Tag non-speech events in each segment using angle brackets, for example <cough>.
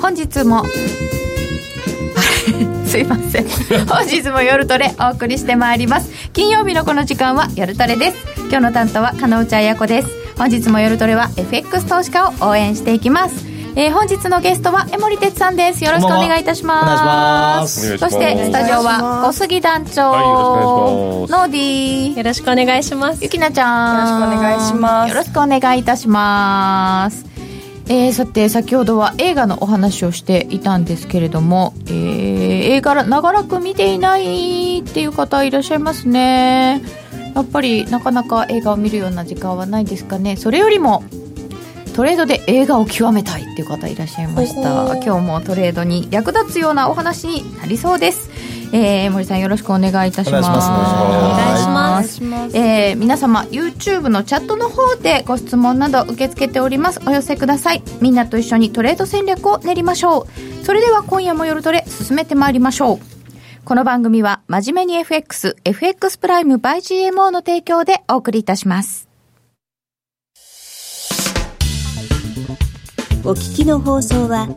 本日も <laughs> すいません本日も夜トレお送りしてまいります金曜日のこの時間は夜トレです今日の担当は金内彩子です本日も夜トレは FX 投資家を応援していきますえー、本日のゲストは江森哲さんですよろしくお願いいたしますお願いしますそしてスタジオは小杉団長、はいよろしくお願いしますノーディーよろしくお願いしますゆ。きなちゃんよろしくお願いしますよろしくお願いいたしますえー、さて先ほどは映画のお話をしていたんですけれども、えー、映画ら長らく見ていないっていう方いらっしゃいますねやっぱりなかなか映画を見るような時間はないですかねそれよりもトレードで映画を極めたいっていう方いらっしゃいましたおお今日もトレードに役立つようなお話になりそうです、えー、森さんよろしくお願いいたしますお願いしますお願いしますえー皆様 YouTube のチャットの方でご質問など受け付けておりますお寄せくださいみんなと一緒にトレード戦略を練りましょうそれでは今夜も夜トレ進めてまいりましょうこの番組は真面目に FXFX プライム by GMO の提供でお送りいたしますお聞きの放送は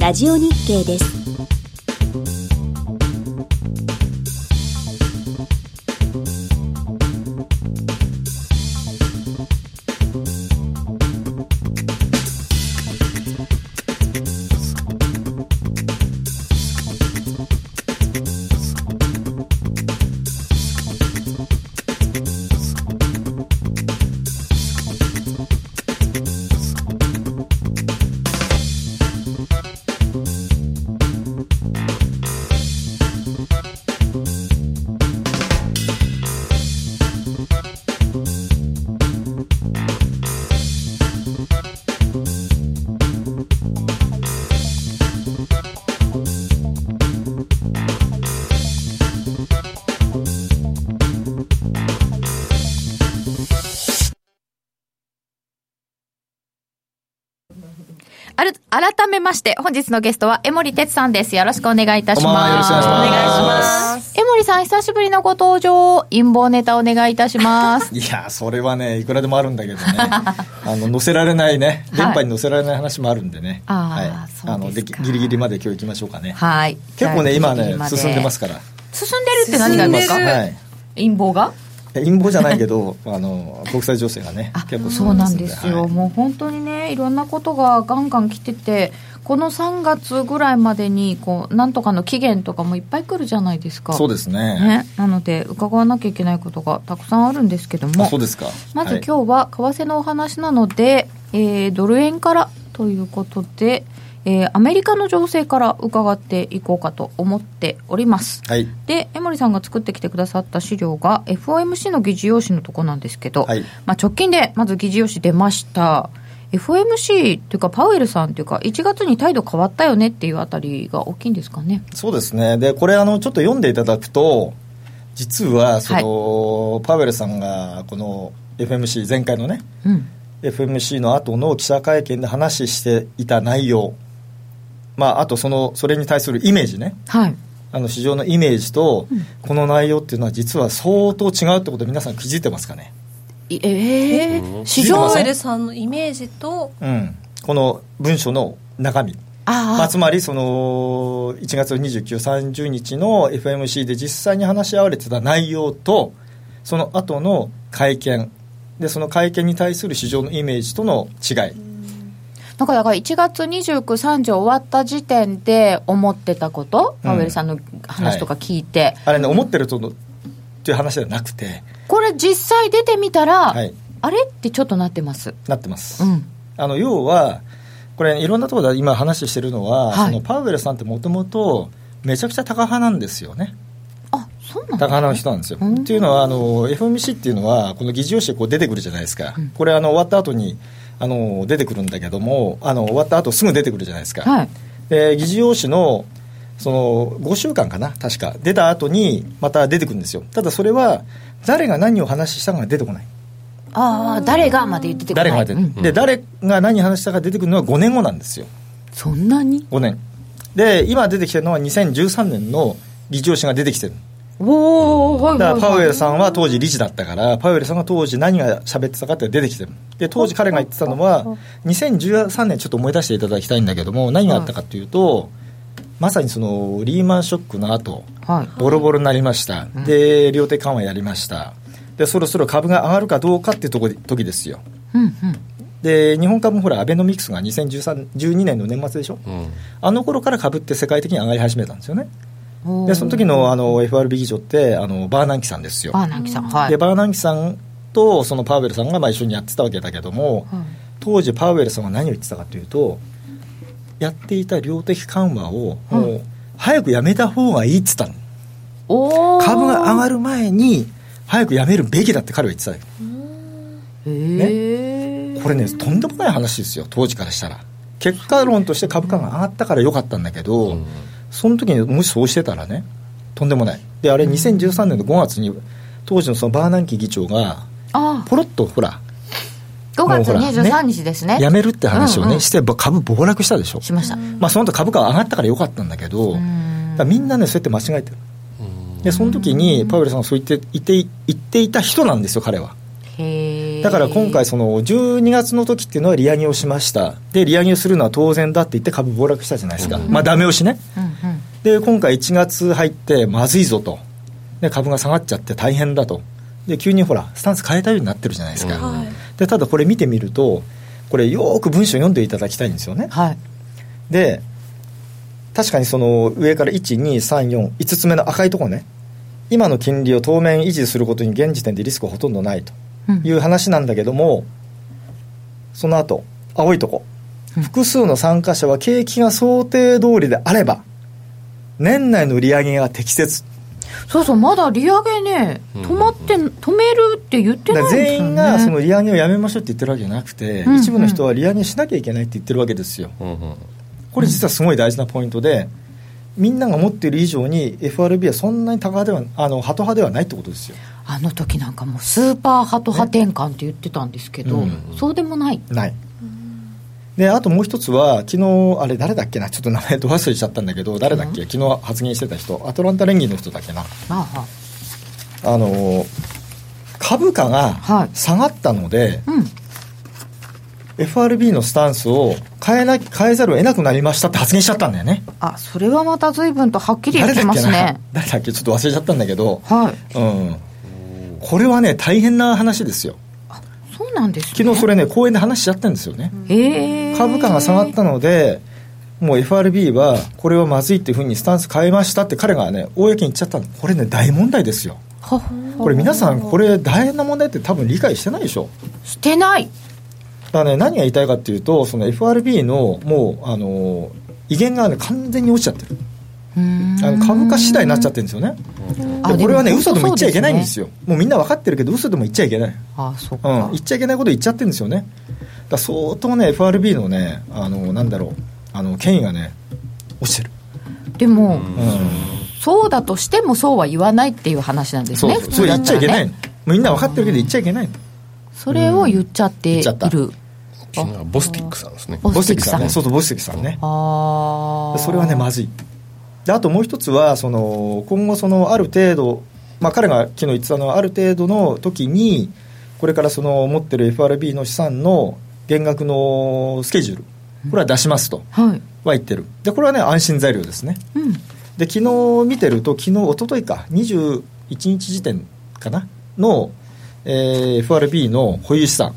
ラジオ日経です。ある改めまして本日のゲストは江森哲さんですよろしくお願いいたしますこんばんはよろしくお願いしますお願いします江森さん久しぶりのご登場陰謀ネタお願いいたしますいやーそれはねいくらでもあるんだ <laughs> けどねあの載せられないね電波に載せられない話もあるんでね、はいあーはい、そうですかあのできギリギリまで今日行きましょうかねはい。結構ねじゃあ今ねギリギリま進んでますから進んでるって何がですか進んでるはい陰謀がえ陰謀じゃないけどあの国際情勢がねあ結構そうなんですよ、はいもう本当にねいろんなことがガンガン来ててこの3月ぐらいまでにこうなんとかの期限とかもいっぱい来るじゃないですかそうですねね、なので伺わなきゃいけないことがたくさんあるんですけどあもそうですかまずはい今日は為替のお話なので、えードル円からということで、えーアメリカの情勢から伺っていこうかと思っておりますはいで江森さんが作ってきてくださった資料が FOMC の議事要旨のとこなんですけど、はいまあ、直近でまず議事要旨出ました FOMC というかパウエルさんというか1月に態度変わったよねっていうあたりが大きいんですかねそうですね、でこれあの、ちょっと読んでいただくと、実はその、パウエルさんがこの FMC、前回のね、うん、 FMC の後の記者会見で話していた内容、まあ、あとそのそれに対するイメージね、はいあの市場のイメージと、この内容っていうのは、実は相当違うってこと、皆さん気づいてますかね。いええうん市ま場せんパウエルさんのイメージと、うん、この文書の中身あまあ、つまりその1月29、30日の FMC で実際に話し合われてた内容と、その後の会見で、その会見に対する市場のイメージとの違い、なんかだから1月29、30終わった時点で思ってたこと、うんパウエルさんの話とか聞いて、あれね、思ってるとのっていう話ではなくて、これ実際出てみたら、はい、あれってちょっとなってます。なってます。うん。あの要は、これ、いろんなところで今、話してるのは、はいそのパウエルさんってもともと、めちゃくちゃタカ派なんですよね。あ、そうなん高だ。派の人なんですよ。うんっていうのはあの FMC っていうのはこの議事要旨こう出てくるじゃないですか、これあの終わった後にあの出てくるんだけどもあの終わった後すぐ出てくるじゃないですか、はい。で議事要旨のその5週間かな確か出た後にまた出てくるんですよただそれは誰が何を話したかが出てこないああ、誰がまで言ってて誰が出て、うんで誰が何話したか出てくるのは5年後なんですよそんなに5年で今出てきてるのは2013年の議事要旨が出てきてるおおはいだからパウエルさんんは当時理事だったからパウエルさんが当時何が喋ってたかって出てきてるで当時彼が言ってたのは2013年ちょっと思い出していただきたいんだけども何があったかというとまさにそのリーマンショックの後はいボロボロになりましたうんで量的緩和やりましたでそろそろ株が上がるかどうかっていうとこで時ですようんうんで日本株もほらアベノミクスが2012年の年末でしょうんあの頃から株って世界的に上がり始めたんですよねおーでその時のあの FRB 議長ってあのバーナンキさんですよバーナンキさんはいでバーナンキさんとそのパウエルさんがまあ一緒にやってたわけだけどはもい当時パウエルさんが何を言ってたかというとやっていた量的緩和をもう早くやめた方がいいって言ったのおー株が上がる前に早くやめるべきだって彼は言ってたよへえ、これねとんでもない話ですよ当時からしたら結果論として株価が上がったから良かったんだけど、うんその時にもしそうしてたらねとんでもないであれ2013年の5月に当時のそのバーナンキ議長があポロッとほら5もう月ほら23日ですねやめるって話をね、うんうんして株暴落したでしょしましたまあその後株価は上がったから良かったんだけど、だからみんなねそうやって間違えてるでその時にパウエルさんはそう言って言って言っていた人なんですよ彼はへーだから今回その12月の時っていうのは利上げをしましたで利上げをするのは当然だって言って株暴落したじゃないですか、まあダメ押しねうんうんで今回1月入ってまずいぞとで株が下がっちゃって大変だとで急にほらスタンス変えたようになってるじゃないですか、うんはいでただこれ見てみるとこれよーく文章読んでいただきたいんですよねはいで確かにその上から12345つ目の赤いところね今の金利を当面維持することに現時点でリスクはほとんどないとうんいう話なんだけどもその後青いとこうん複数の参加者は景気が想定通りであれば年内の利上げが適切そうそうまだ利上げねうん止まって止めるって言ってだかないんですらよ、ね、全員がその利上げをやめましょうって言ってるわけじゃなくて、うんうん一部の人は利上げしなきゃいけないって言ってるわけですようんうんこれ実はすごい大事なポイントでみんなが持っている以上に FRB はそんなに高派ではあのハト派ではないってことですよあの時なんかもうスーパー派と派転換って言ってたんですけど、ねそうでもないないであともう一つは昨日あれ誰だっけなちょっと <laughs> 名前ど忘れしちゃったんだけど誰だっけ昨日発言してた人アトランタ連銀の人だっけなあああの株価がはい下がったので、うん FRB のスタンスを変えな変えざるを得なくなりましたって発言しちゃったんだよねあそれはまた随分とはっきり言っ誰だてっまけすなね誰だっけちょっと忘れちゃったんだけどはいうん、これはね大変な話ですよそうなんですね昨日それね講演で話しちゃったんですよね、へー株価が下がったのでもう FRB はこれはまずいっていうふうにスタンス変えましたって彼がね公に言っちゃったのこれね大問題ですよはこれ皆さんこれ大変な問題って多分理解してないでしょしてないだからね何が言いたいかっていうとその FRB のもうあの威厳が、ね、完全に落ちちゃってるあの株価次第になっちゃってるんですよねでこれはね嘘でも言っちゃいけないんですよよもうみんな分かってるけど嘘でも言っちゃいけないあそううんか、、言っちゃいけないこと言っちゃってるんですよね、だから相当ね、FRB のね、あのなんだろう、あの権威がね、落ちてる、でも、うんそうだとしてもそうは言わないっていう話なんですそうねそう、それ言っちゃいけない普通だったらのね、みんな分かってるけど言っちゃいけないの、それを言っちゃって言っいちゃったる昨日はボスティックさんですねボボスステティィックックささんんね、そうそう、ボスティックさんね、ああそれはね、まずい、であともう一つは、その今後、そのある程度、まあ、彼が昨日言ってたのは、ある程度の時に、これからその持ってる FRB の資産の減額のスケジュール、これは出しますとはいは言ってる、でこれはね、安心材料ですね。うんで昨日見てると昨日一昨日か21日時点かなの、えー FRB の保有資産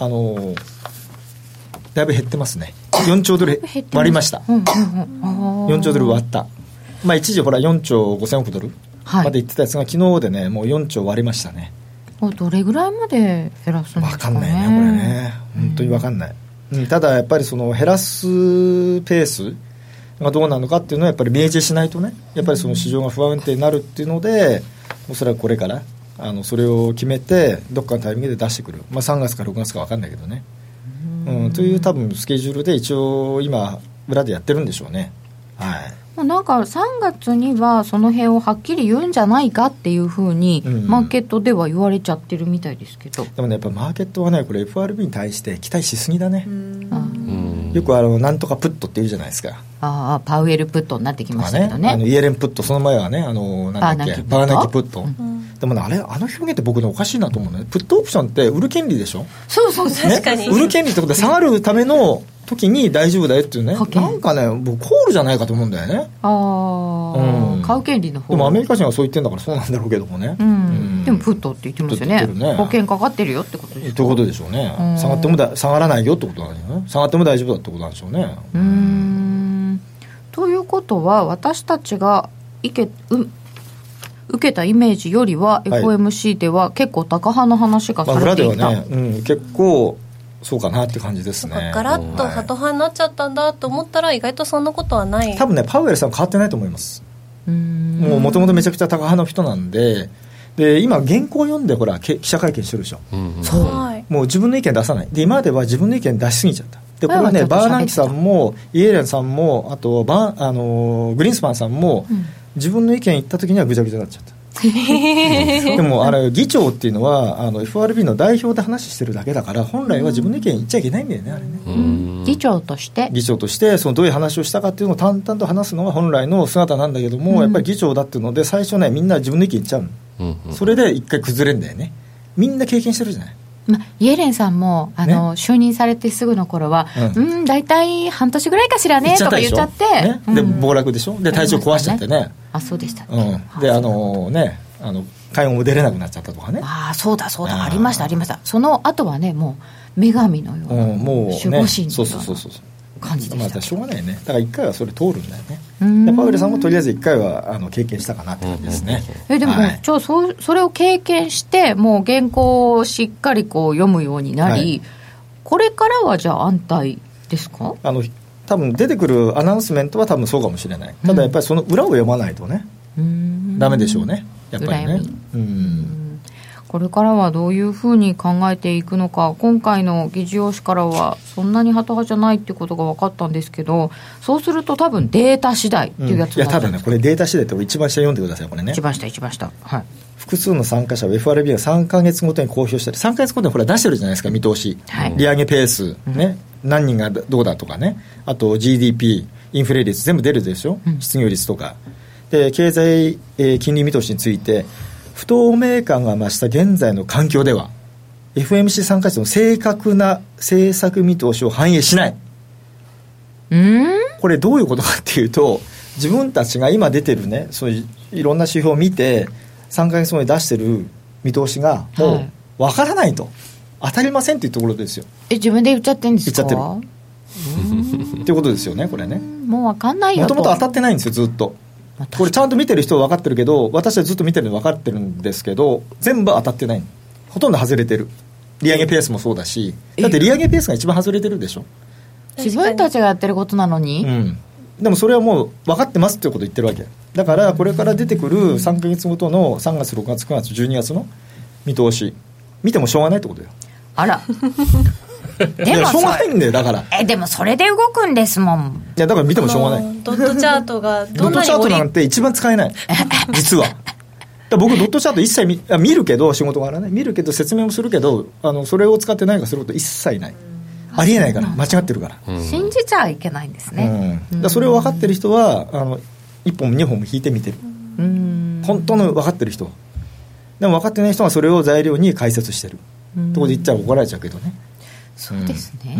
あのーだいぶ減ってますね4兆ドル減ってます割りましたうんうんうんあー4兆ドル割ったまあ一時ほら4兆5000億ドルはいまでいってたやつが、昨日でねもう4兆割りましたねあどれぐらいまで減らすんでわすかかんねないねこれね本当にわかんない、うんただやっぱりその減らすペースがどうなのかっていうのはやっぱり明示しないとねやっぱりその市場が不安定になるっていうのでおそらくこれからあのそれを決めてどっかのタイミングで出してくる、まあ、3月か6月かわかんないけどね、うん、という多分スケジュールで一応今裏でやってるんでしょうねはいもうなんか3月にはその辺をはっきり言うんじゃないかっていうふうにうんマーケットでは言われちゃってるみたいですけど、でもねやっぱマーケットはねこれ FRB に対して期待しすぎだね、うんよくあのなんとかプットって言うじゃないですか、ああパウエルプットになってきままあしたけねどあのねイエレンプットその前はねあのなんだっけババーーナナキキププッットト、でもねあれあの表現って僕ねおかしいなと思うねプットオプションって売る権利でしょ、そうそうそう、確かね、に売る権利ってことで下がるための時に大丈夫だよっていうね保険なんかね僕コールじゃないかと思うんだよねああ、うん買う権利の方でもアメリカ人はそう言ってんだからそうなんだろうけどもね、ううんん、でもプットって言ってますよねプットって言ってるね保険かかってるよってことですということでしょうねうん下がってもだ下がらないよってことなんだよね下がっても大丈夫だってことなんでしょうねうーんということは私たちがいけう受けたイメージよりははい FOMC では結構高派の話がまさあ、れ裏てでいはた、ね、うん、結構そうかなって感じですなんかねガラッとはいハト派になっちゃったんだと思ったら意外とそんなことはない多分ねパウエルさんは変わってないと思いますうーんもうもともとめちゃくちゃ高派の人なんでで今原稿読んでほらけ記者会見してるでしょうんそうはいもう自分の意見出さないで今までは自分の意見出しすぎちゃったでこれは前ねはちょっバとー喋ってたナンキさんもイエレンさんもあとバーンあのーグリーンスパンさんも、うん自分の意見言った時にはぐちゃぐちゃになっちゃったでもあれ議長っていうのはあの FRB の代表で話してるだけだから本来は自分の意見言っちゃいけないんだよねあれねうん議長として議長としてそのどういう話をしたかっていうのを淡々と話すのが本来の姿なんだけども、うんやっぱり議長だっていうので最初ねみんな自分の意見言っちゃうの、うんうんそれで一回崩れんだよねみんな経験してるじゃないまあ、イエレンさんもあの、就任されてすぐの頃は、う、うん大体半年ぐらいかしらねとか言っちゃって、ねでうん暴落でしょで体調壊しちゃってねあそうでしたっけ、うん、であのねあの会合も出れなくなっちゃったとかねああそうだそうだあーありましたありましたその後はねもう女神のよううな、ん、もう守護ね神そうのよそううそうなそう感じでましたあだからしょうがないよねだから一回はそれ通るんだよねうーんでパウエルさんもとりあえず一回はあの経験したかなって感じですね、えでも、はいじゃあそうそれを経験してもう原稿をしっかりこう読むようになり、はいこれからはじゃあ安泰ですかあの多分出てくるアナウンスメントは多分そうかもしれないただやっぱりその裏を読まないとね、うーんダメでしょうねやっぱり裏ね読うんこれからはどういうふうに考えていくのか今回の議事要旨からはそんなにハト派じゃないってことが分かったんですけどそうすると多分データ次第ってうんいうやつにいやなっちゃたうだねこれデータ次第って俺一番下読んでくださいこれね一番下一番下はい複数の参加者は FRB が3か月ごとに公表したり3か月ごとにほら出してるじゃないですか見通し、はい利上げペース、ね何人がどうだとかねあと GDP インフレ率全部出るでしょ、うん失業率とかで経済、えー金利見通しについて不透明感が増した現在の環境では FMC 参加者の正確な政策見通しを反映しないうーんこれどういうことかっていうと自分たちが今出てるねそういういろんな指標を見て3か月後に出してる見通しがはもいう分からないと、当たりませんっていうところですよえ自分で言っちゃってんですか言っちゃってっていうことですよねこれねもう分かんないよもともと当たっててないんですよずっとこれちゃんと見てる人は分かってるけど私はずっと見てるの分かってるんですけど全部当たってないほとんど外れてる利上げペースもそうだしだって利上げペースが一番外れてるでしょ、自分たちがやってることなのに、うん、でもそれはもう分かってますっていうことを言ってるわけだからこれから出てくる3か月ごとの3月6月9月12月の見通し見てもしょうがないってことよあら <laughs> いでやもしょうがなそいんだよだからいえでもそれで動くんですもんやだから見てあものしょうがないドットチャートがドどッんトなにチャート折なんりて一番使えない実はだから僕ドットチャート一切見あ見るけど仕事柄ね見るけど説明もするけどあのそれを使って何かすること一切ないありえないから間違ってるからうん信じちゃいけないんですね、うん、だからそれを分かってる人はあの1本も2本も引いて見てるうん本当の分かってる人はでも分かってない人がそれを材料に解説してるうんとこで言っちゃ怒られちゃうけどねそうですね、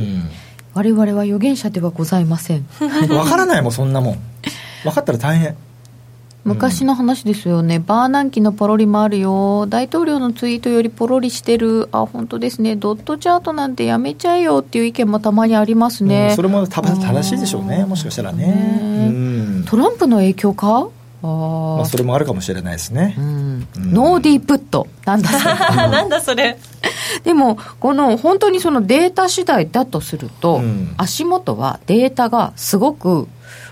我々は預言者ではございません分からないもんそんなもん分かったら大変昔の話ですよねバーナンキのポロリもあるよ大統領のツイートよりポロリしてるあ本当ですねドットチャートなんてやめちゃえよっていう意見もたまにありますね、うんそれもた正しいでしょうねもしかしたらねねうんトランプの影響かあー、まあ、それもあるかもしれないですねう、んうんノーディープットなんだ <laughs> なんだそれでもこの本当にそのデータ次第だとすると、うん足元はデータがすごく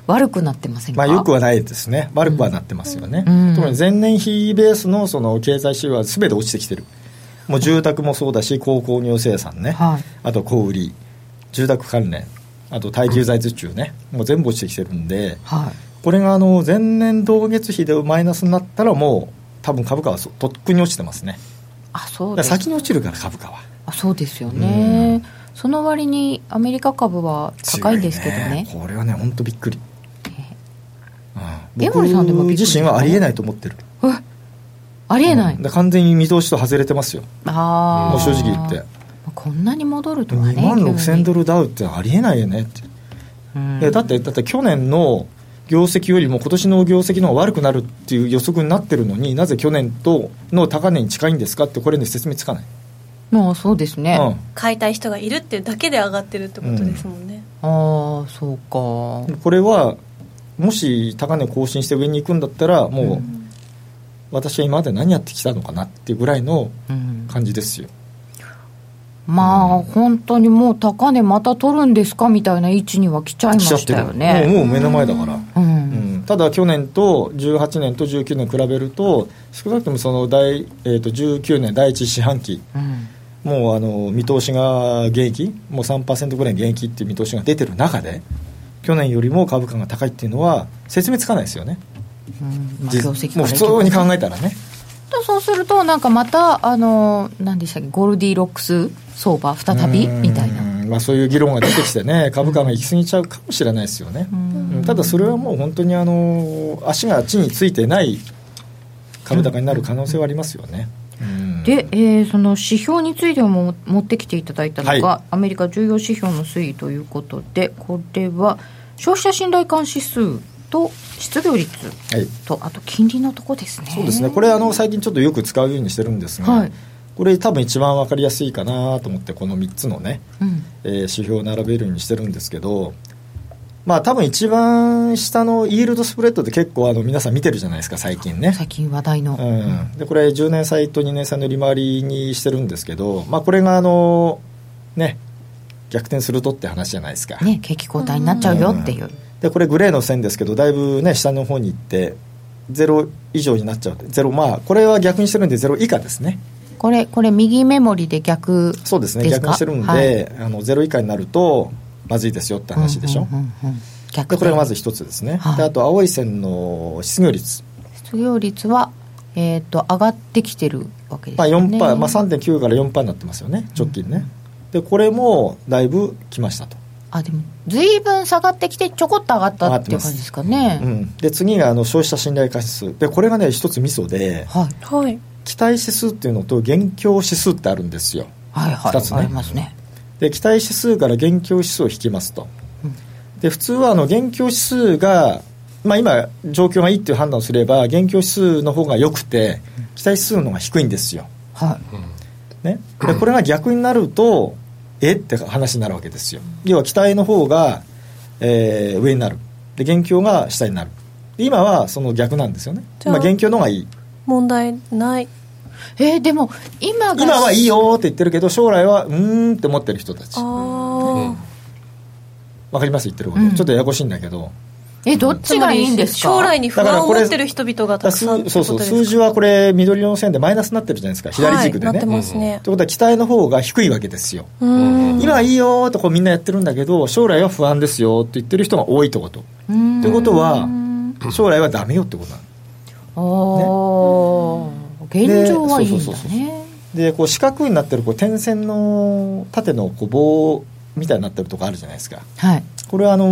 悪くなってませんまか、あ、よくはないですね悪くはなってますよね、うん特に前年比ベースのその経済指標は全て落ちてきてるもう住宅もそうだし高工業生産ね、はいあと小売り住宅関連あと耐久財受注ね、もう全部落ちてきてるんではいこれがあの前年同月比でマイナスになったらもう多分株価はそとっくに落ちてますねあそうだかでらす先に落ちるから株価はあそうですよね、その割にアメリカ株は高いんですけどね強いこれはね本当びっくり、うん江森さんでもびっくり自身はありえないと思ってるありえない、うんだから完全に見通しと外れてますよああもう正直言ってこんなに戻るとはね2万急に6000ドルダウってありえないよねって、うんいやだってだって去年の業績よりも今年の業績の方が悪くなるっていう予測になってるのになぜ去年との高値に近いんですかってこれね説明つかない、まあそうですね、あ買いたい人がいるっていうだけで上がってるってことですもんね、あそうかうん、これはもし高値更新して上に行くんだったらもう私は今まで何やってきたのかなっていうぐらいのうん感じですよ、まあ本当にもう高値また取るんですかみたいな位置には来ちゃいま来ちゃしってたるよねもうもう目の前だから、ううんん、ただ去年と18年と19年比べると少なくともその第、えー、と19年第一四半期うんもうあの見通しが減益もう3%ぐらい減益っていう見通しが出てる中で去年よりも株価が高いっていうのは説明つかないですよね、うんまあじ業績もうからい普けば通に考えたらねとそうするとなんかまたあの何でしたっけゴールディロックス相場再びみたいなうんまあ、そういう議論が出てきてね <coughs> 株価が行き過ぎちゃうかもしれないですよね、うんただそれはもう本当にあの足が地についてない株高になる可能性はありますよね、うんで、えーその指標についても持ってきていただいたのが、はアメリカ重要指標の推移ということでこれは消費者信頼感指数と失業率はいとあと金利のとこですねそうですねこれあの最近ちょっとよく使うようにしてるんですが、はいこれ多分一番分かりやすいかなと思ってこの3つのね、うんえー指標を並べるようにしてるんですけどまあ多分一番下のイールドスプレッドって結構あの皆さん見てるじゃないですか最近ね最近話題の、うん、でこれ10年債と2年債の利回りにしてるんですけど、まあ、これがあのね逆転するとって話じゃないですか、ね景気後退になっちゃうよっていう、でこれグレーの線ですけどだいぶね下の方に行って0以上になっちゃう0まあこれは逆にしてるんで0以下ですねこれこれ右メモリで逆そうですねですか逆にしてるんで、はいあの0以下になるとまずいですよって話でしょ、うんうんうんうん逆で転これがまず一つですね、はいであと青い線の失業率、失業率は、えー、と上がってきてるわけですまあよ4ね、パーまあ、3.9から4%になってますよね直近ね、でこれもだいぶ来ましたとあでも随分下がってきてちょこっと上がったっていう感じですかね、うん、で次があの消費者信頼感指数でこれがね一つミソではい、はい期待指数っていうのと現況指数ってあるんですよはいはい二つねありますねで期待指数から現況指数を引きますと、うんで普通はあの現況指数が、まあ、今状況がいいっていう判断をすれば現況指数の方が良くて期待指数の方が低いんですよ、はね、でこれが逆になるとえって話になるわけですよ要は期待の方が、えー上になるで現況が下になるで今はその逆なんですよねじゃあ今現況の方がいい問題ないいえーでも今が今はいいよって言ってるけど将来はうーんって思ってる人たちああ、わかります言ってること、うんちょっとややこしいんだけどえどっつちまがいりいんですか将来に不だか安らをこれ持ってる人々がただくさんって数こそうとそうで数す字はこれ緑色の線でマイナスになってるじゃないですか左軸ではい、ね、なってますねということは期待の方が低いわけですよ、うん今はいいよーとこうみんなやってるんだけど将来は不安ですよって言ってる人が多いってことうーんということは将来はダメよってことなのおー現状はいいんでそうそだうそうねでこう四角になってるこう点線の縦のこう棒みたいになってるとこあるじゃないですかはいこれはあの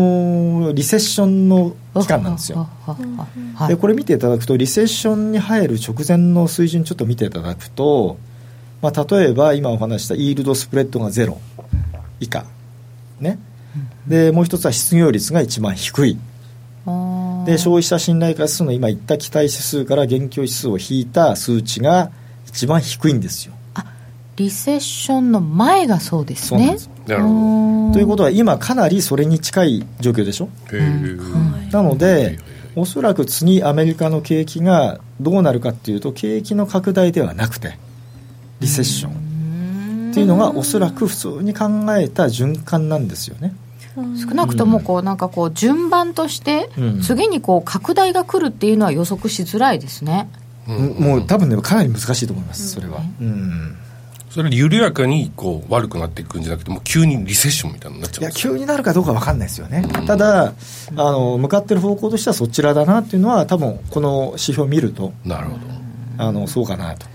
ーリセッションの期間なんですよははははでこれ見ていただくとリセッションに入る直前の水準ちょっと見ていただくと、まあ、例えば今お話ししたイールドスプレッドが0以下ねでもう一つは失業率が一番低いはいで消費者信頼感指数の今言った期待指数から現況指数を引いた数値が一番低いんですよ。リセッションの前がそうですそうなんねですよなるほということは今かなりそれに近い状況でしょど。へえ。なのはいはいでおそらく次アメリカの景気がどうなるかっていうと景気の拡大ではなくてリセッションっていうのがおそらく普通に考えた循環なんですよね。少なくともこうなんかこう順番としてうん次にこう拡大が来るっていうのは予測しづらいですねもう多分ねかなり難しいと思いますそれは。うんそれ緩やかにこう悪くなっていくんじゃなくて、もう急にリセッションみたいになっちいゃうんやですよ。急になるかどうか分かんないですよね、ただあの、向かってる方向としてはそちらだなっていうのは、多分この指標を見るとなるほど。あの、そうかなと。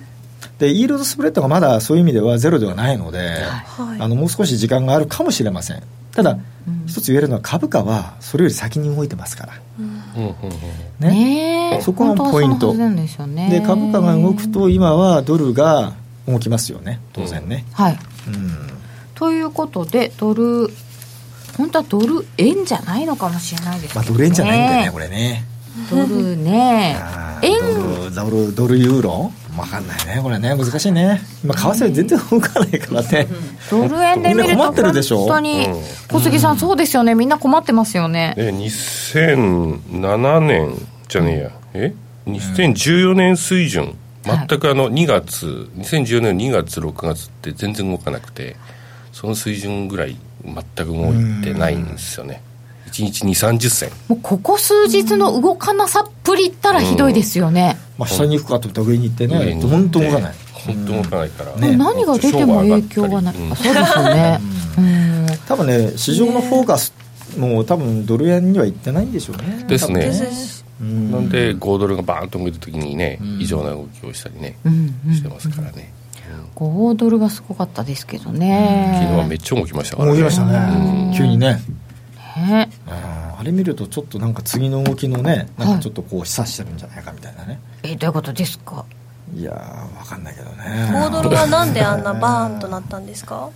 でイールドスプレッドがまだそういう意味ではゼロではないので、はいあのもう少し時間があるかもしれませんただ、一つ言えるのは株価はそれより先に動いてますからうんうんうんねねえそこがポイント本当はそのはずなんですよねで株価が動くと今はドルが動きますよね当然ね、はいうんということでドル本当はドル円じゃないのかもしれないですけまどあ、ドル円じゃないんだよねこれねドルねあ円ードルドルドルユーロわかんないねこれね難しいね今為替全然動かないからねドル円で見みるんな困とってるでしょ本当にうん小杉さんそうですよねみんな困ってますよねえ2007年じゃねえやえ2014年水準はい全くあの2月2014年2月6月って全然動かなくてその水準ぐらい全く動いてないんですよね1日2 3 0銭もうここ数日の動かなさっぷりったらひどいですよね、まあ下に行くかと思ったら上に行って上ねに本当動かない本当動かないから、ねもう何が出ても影響がない、うんあそうですよね、うん多分ね市場のフォーカスもう多分ドル円には行ってないんでしょうねですねですしうんなんで5ドルがバーンと動いた時にね、うん異常な動きをしたりね、うんうんしてますからね、 5ドルはすごかったですけど昨日はねめっちゃ動きましたから動きましたうんね急にねねあーあれ見るとちょっとなんか次の動きのねなんかちょっとこう示唆してるんじゃないかみたいなねえどういうことですかいやーわかんないけどね5ドルはなんであんなバーンとなったんですか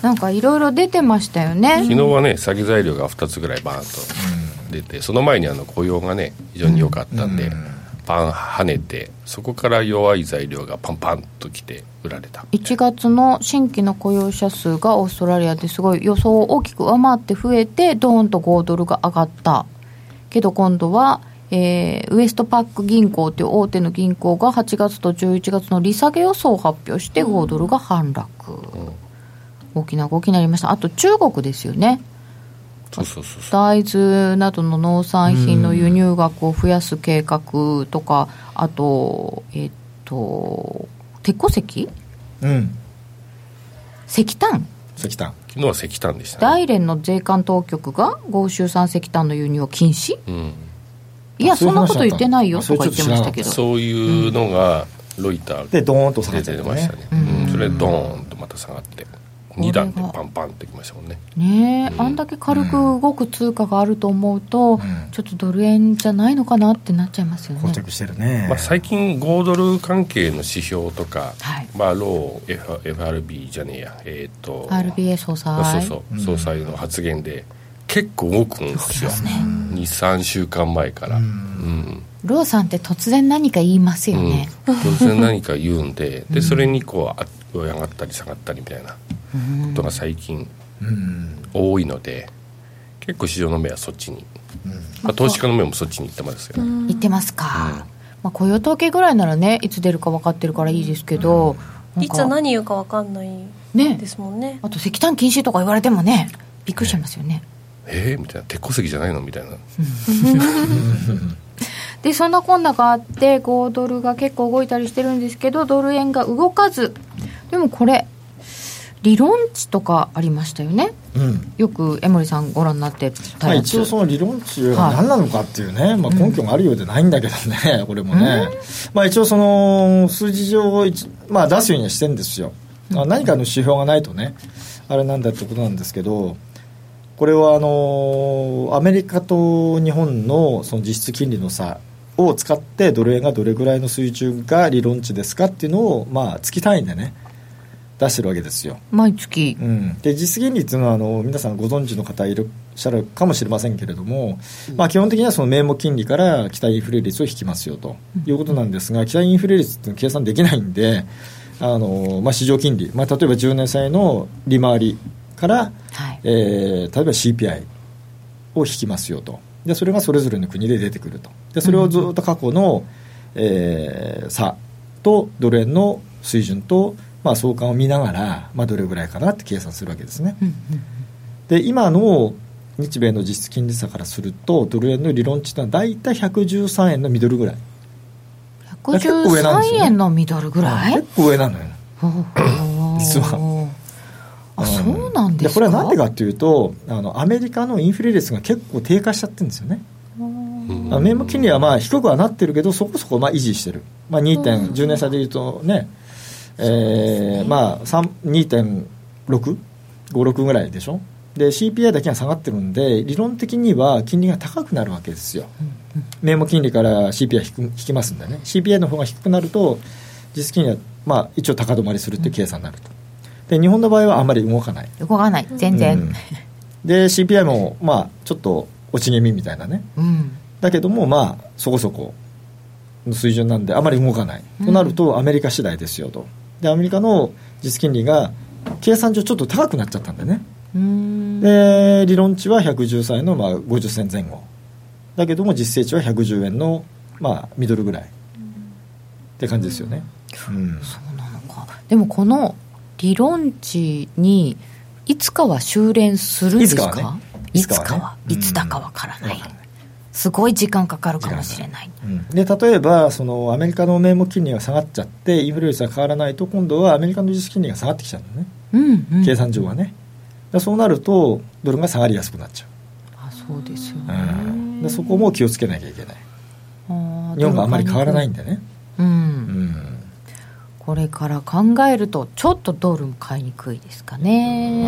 なんかいろいろ出てましたよね昨日はね詐欺材料が2つぐらいバーンと出てその前にあの雇用がね非常に良かったんで、うんパン跳ねてそこから弱い材料がパンパンときて売られた1月の新規の雇用者数がオーストラリアですごい予想を大きく上回って増えてドーンと5ドルが上がったけど今度は、えーウエストパック銀行という大手の銀行が8月と11月の利下げ予想を発表して5ドルが反落、大きな動きになりましたあと中国ですよねそうそうそうそう大豆などの農産品の輸入額を増やす計画とか、あと、えっと、鉄鉱石うん石炭石炭昨日は石炭でしたね大連の税関当局が豪州産石炭の輸入を禁止うん、いや、あそそういうんなこと話言ってないよだったとかの言ってましたけど。そういうのがロイターでドーンと下がでっちゃ出ってたまねしたね、うんそれでドーンとまた下がってれは2段でパンパンってきましたもんねねえ、うんあんだけ軽く動く通貨があると思うと、んちょっとドル円じゃないのかなってなっちゃいますよね膠。着してるね、まあ、最近5ドル関係の指標とか、はいまあ、ロー F- FRB じゃねえや、えー、と RBA 総裁。そうそう総裁の発言で結構動くんですよ、23週間前から、うんローさんって突然何か言いますようんね。突然何か言うん <laughs> ででそれにこうあ上がったり下がったりみたいなことが最近うん多いので結構市場の目はそっちに、まあ、投資家の目もそっちに行ってますよね、言ってますか。まあ、雇用統計ぐらいならね、いつ出るか分かってるからいいですけど、なんいかつ何言うか分かんないねですもんねあと石炭禁止とか言われてもね、びっくりしちゃいますよね。えー、みたいな鉄鉱石じゃないのみたいなでそんなこんながあって5ドルが結構動いたりしてるんですけどドル円が動かずでもこれ理論値とかありましたよねうんよく江森さんご覧になってまたあ、やつ、一応その理論値が何なのかっていうね、まあ、根拠があるようでないんだけどね、 <laughs> これもね、まあ、一応その数字上を一、まあ、出すようにはしてるんですよ、あ何かの指標がないとねあれなんだってことなんですけどこれはあのアメリカと日本のその実質金利の差を使ってドル円がどれぐらいの水準が理論値ですかっていうのを、まあ、月単位でね出してるわけですよ毎月うん、で実現率のあの皆さんご存知の方いらっしゃるかもしれませんけれども、まあ、基本的にはその名目金利から期待インフレ率を引きますよということなんですが期待インフレ率っていうのは計算できないんであの、まあ、市場金利、まあ、例えば10年債の利回りから、はいえー例えば CPI を引きますよとでそれがそれぞれの国で出てくるとでそれをずっと過去の、えー差とドル円の水準と、まあ、相関を見ながら、まあ、どれぐらいかなって計算するわけですねうんうんで今の日米の実質金利差からするとドル円の理論値というのは大体113円のミドルぐらい結構上なんで113すよね円のミドルぐらい結構上なのよほうほう実はあそうなんですかこれはなんでかっていうとあのアメリカのインフレ率が結構低下しちゃってるんですよねうんあ名目金利はまあ低くはなってるけど、そこそこまあ維持してる、まあ、2.10年差でいうとね、えーまあ3 2.656ぐらいでしょで CPI だけが下がってるんで理論的には金利が高くなるわけですよ名目金利から CPI 引く引きますんでね CPI の方が低くなると実質金利は、まあ、一応高止まりするっていう計算になるとで日本の場合はあんまり動かない動かない全う然んで CPI もまあちょっと落ち気味みたいなねうんだけどもまあそこそこの水準なんであまり動かない、うんとなるとアメリカ次第ですよとでアメリカの実金利が計算上ちょっと高くなっちゃったんだよねうんで理論値は113円のまあ50銭前後だけども実勢値は110円のまあミドルぐらいって感じですよね、うんそうなのかでもこの理論値にいつかは修練するんですかいつかはねいいつつかかははねいつ,、うんだかわからない、わからないすごい時間かかるかもしれないうんで例えばそのアメリカの名目金利が下がっちゃってインフレ率が変わらないと今度はアメリカの実質金利が下がってきちゃうのねうんうん計算上はね、だそうなるとドルが下がりやすくなっちゃあそうですよう、ね、うんでそこも気をつけなきゃいけないあー日本があんまり変わらないんでね、ううんんこれから考えるとちょっとドルも買いにくいですかまあ、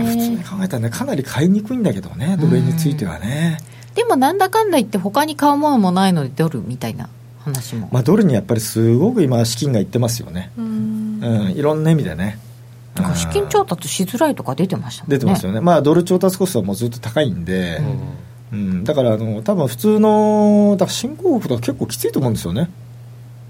普通にね考えたらねかなり買いにくいんだけどねドル円についてはね、でもなんだかんだ言って他に買うものもないのでドルみたいな話も、まあ、ドルにやっぱりすごく今資金がいってますよね、うんうん、いろんな意味でねなんか資金調達達しづらいとか出てましたもんね出てますよね、まあドル調達コストはもうずっと高いんで、ううん、だからあの多分普通のだから新興国とか結構きついと思うんですよね、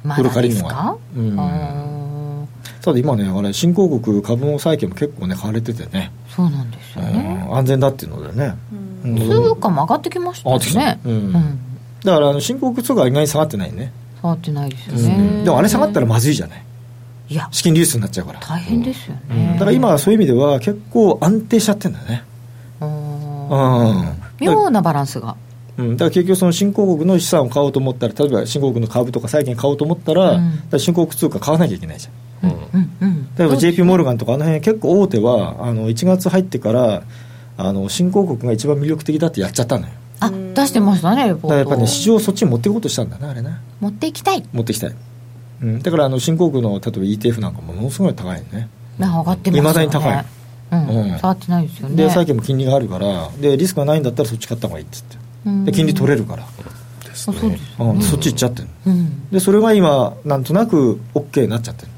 まドルだ借でりるすのかは、うん、あーただ今ねあれ新興国株の債券も結構ね買われててね、そうなんですよねうん安全だっていうのでね、うん通貨も上がってきましたあよ私ねね、ううんんだからあの新興国通貨は意外に下がってないね、触ってないですようねんでもあれ下がったらまずいじゃないいや資金流出になっちゃうから、大変ですようんねだから今はそういう意味では結構安定しちゃってんだよねうんうんだか妙なバランスがらうん、だから結局その新興国の資産を買おうと思ったら例えば新興国の株とか債券買おうと思ったら,、うんだから新興国通貨買わなきゃいけないじゃんうんうん例えば JP モルガンとかあの辺結構大手はあの1月入ってからあの新興国が一番魅力的だってやっちゃったのよあ出してましたねレポだからやートっぱね市場をそっちに持っていこうとしたんだなあれね持っていきたい持ってきたい、うん、だからあの新興国の例えば ETF なんかものすごい高いよねな上がってますよね未だに高いうんうん下がってないですよねで債券も金利があるからでリスクがないんだったらそっち買った方がいいっつってうんで金利取れるから、ですあそうでねすうんそっち行っちゃってるうんでそれが今なんとなく OK になっちゃってる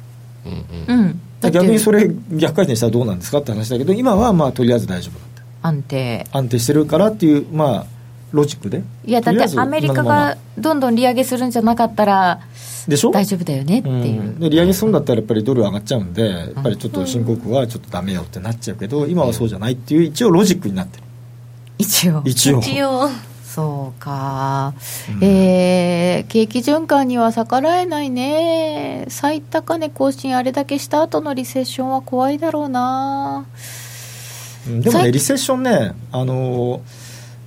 うんうんうんだでって逆にそれ逆回転したらどうなんですかって話だけど今はまあとりあえず大丈夫だって安定安定してるからっていうまあロジックでいやだっとりあえてずアメリカ今のまがまどんどん利上げするんじゃなかったらでしょ大丈夫だよねっていううんで利上げするんだったらやっぱりドル上がっちゃうんでやっぱりちょっと新興国はちょっとダメよってなっちゃうけど今はそうじゃないっていう一応ロジックになってる一応一応一応そうか、うんえー景気循環には逆らえないね最高値更新あれだけした後のリセッションは怖いだろうなうんでもさねいリセッションねあのー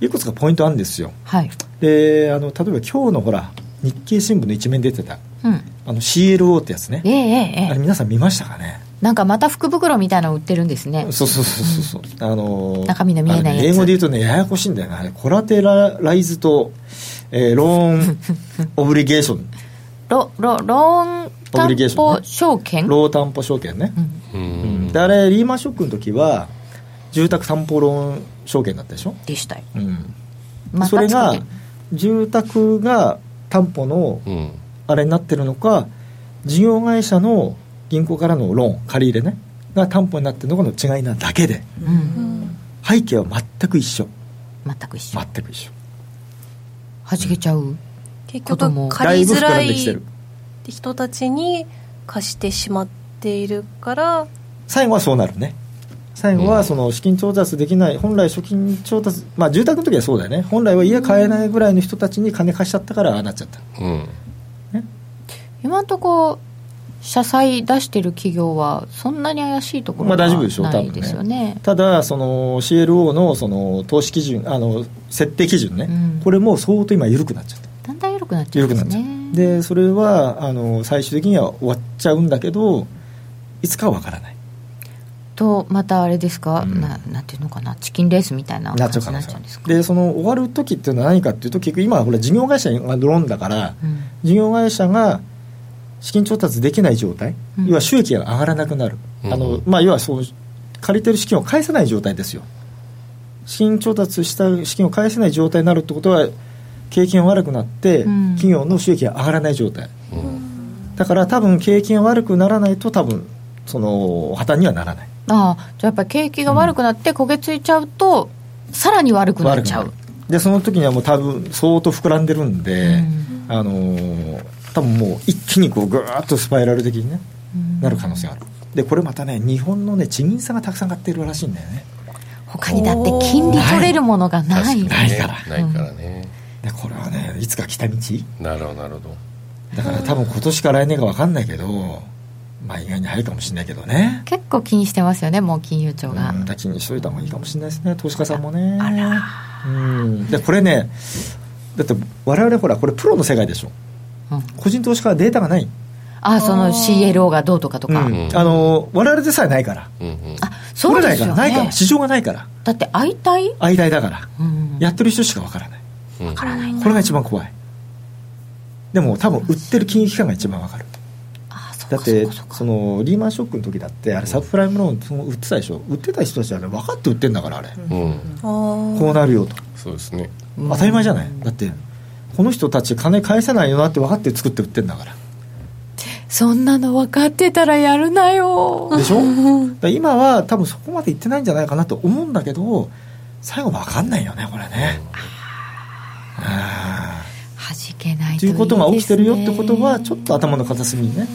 いくつかポイントあるんですよはい、であの例えば今日のほら日経新聞の一面出てたうん、あの CLO ってやつねえええええあれえ皆さん見ましたかねなんかまた福袋みたいなの売ってるんですねそうそうそうそうそうあのー中身の見えないやつあれね英語で言うとねややこしいんだよなあれコラテラライズと、えーローンオブリゲーションロロローンオブリゲ担ーションね保証券、ロー担保証券ね、ううんんであれリーマンショックの時は住宅担保ローン証券だったでしょ、でしたようんまたそれが作って住宅が担保のうんあれになってるのか事業会社の銀行からのローン借り入れねが担保になってるのかの違いなだけでうん、背景は全く一緒全く一緒全く一緒はじけちゃう、結子供局借りづだらいぶ膨らんできている人たちに貸してしまっているから最後はそうなるね最後うはんその資金調達できない本来資金調達まあ住宅の時はそうだよね本来は家買えないぐらいの人たちに金貸しちゃったからああなっちゃったうん今んとこ社債出してる企業はそんなに怪しいところまがあ大丈夫でしょうないですよね,、ただその CLO のその投資基準あの設定基準ね、うんこれも相当今緩くなっちゃっただんだん緩くなっちゃう緩んでくなすっちゃねうでそれはあの最終的には終わっちゃうんだけどいつかはわからないとまたあれですか、うんななんていうのかなチキンレースみたいなな感っちじゃう可にな能っちゃう性があんるですかでその終わる時っていうのは何かっていうと結局今はほら事業会社がローンだからうん事業会社が資金調達できない状態、うん要は収益が上がらなくなる、うんあのまあ、要はその借りてる資金を返せない状態ですよ、資金調達した資金を返せない状態になるってことは、経験悪くなって、うん企業の収益が上がらない状態、うんだから多分、経験悪くならないと、多分その破綻にはならない、ああじゃあやっぱり景気が悪くなって焦げついちゃうと、さらに悪くなっ悪くちゃなうる、でその時にはもう多分相当膨らんでるんで、あのー多分もう一気にこうぐーっとスパイラル的にね。うんなる可能性があるでこれまたね日本のね地銀さんがたくさん買ってるらしいんだよね他にだって金利取れるものがない確かにねないかないからね、でこれはねいつか来た道なるほどなるほどだから多分今年か来年か分かんないけどまあ意外に早いかもしれないけどね結構気にしてますよねもう金融庁うんが、だから気にしといた方がいいかもしれないですね投資家さんもねあらうんでこれねだって我々ほらこれプロの世界でしょうん個人投資家はデータがない、あその CLO がどうとかとか、うんあの我々でさえないからうんうんあそうですよ俺らがないかねら市場がないからだって相対、相対だからうん、やってる人しか分からないうんからないんこれが一番怖いでも多分売ってる金融機関が一番わかるあそだうっかそうてかそうかそのリーマンショックの時だってあれサブプライムローンその売ってたでしょ売ってた人たちはね分かって売ってんだからあれうん、こうなるよとそうですねうん当たり前じゃないだってこの人たち金返せないよなって分かって作って売ってんだからそんなの分かってたらやるなよ <laughs> でしょだから今は多分そこまで行ってないんじゃないかなと思うんだけど最後分かんないよねこれねあはじけないあとということが起きてるよってことはちょっっと頭の片隅にね、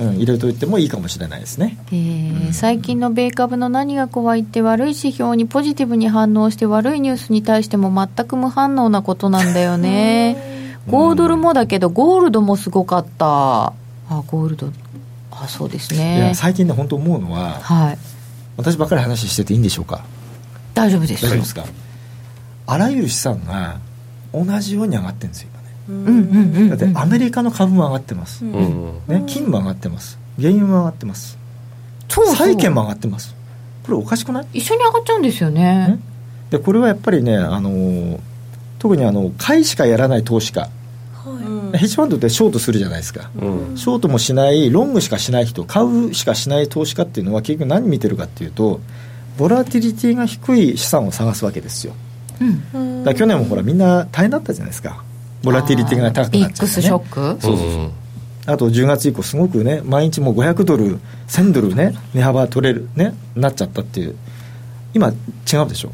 うん、入れといてもいいかもしれないですねえー最近の米株の何が怖いって悪い指標にポジティブに反応して悪いニュースに対しても全く無反応なことなんだよ <laughs> ね5ドルもだけどゴールドもすごかったあゴールドあそうですいねや最近ね本当思うのははい私ばっかり話してていいんでしょうか大丈夫です大丈夫ですか、あらゆる資産が同じように上がってるんですよ今ねうんうんうん、だってアメリカの株も上がってます、うんうんね、金も上がってます原油も上がってますそうそう債券も上がってますこれおかしくない、一緒に上がっちゃうんですよねねでこれはやっぱりね、あのー特にあの買いしかやらない投資家ヘッジファンドってショートするじゃないですかうんショートもしないロングしかしない人買うしかしない投資家っていうのは結局何見てるかっていうとボラティリティが低い資産を探すわけですようんだから去年もほらみんな大変だったじゃないですかボラティリティが高くなっちゃビックっスて、ショね、ックそうそうそうあと10月以降すごくね毎日もう500ドル1000ドルね値幅取れるねなっちゃったっていう今違うでしょ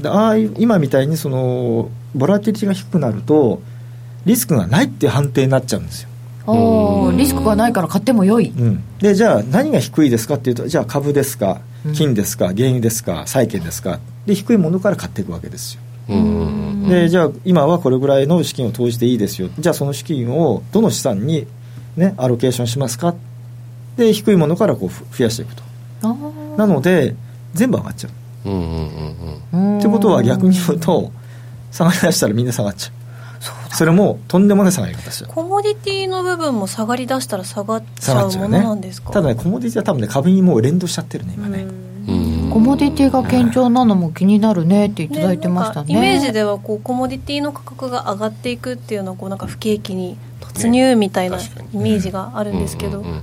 でああいう今みたいにそのボラティリティが低くなるとリスクがないっていう判定になっちゃうんですよ、おうーんリスクがないから買っても良いうん、でじゃあ何が低いですかっていうとじゃあ株ですか金ですか原油ですか債券ですかで低いものから買っていくわけですようんうんでじゃあ今はこれぐらいの資金を投じていいですよじゃあその資金をどの資産に、ね、アロケーションしますかで低いものからこうふ増やしていくとなので全部上がっちゃううんうんうんうんってことは逆に言とうと下がりだしたらみんな下がっちゃうそれもとんでもない下がり方ですよコモディティの部分も下がり出したら下がっち下ゃがっうちゃものうねなんですかただねコモディティは多分ね株にもう連動しちゃってるね今ね、うんコモディティが堅調なのも気になるねっていただいてましたねイメージではこうコモディティの価格が上がっていくっていうのはこうなんか不景気に突入みたいなイね確かにメージがあるんですけどうんうん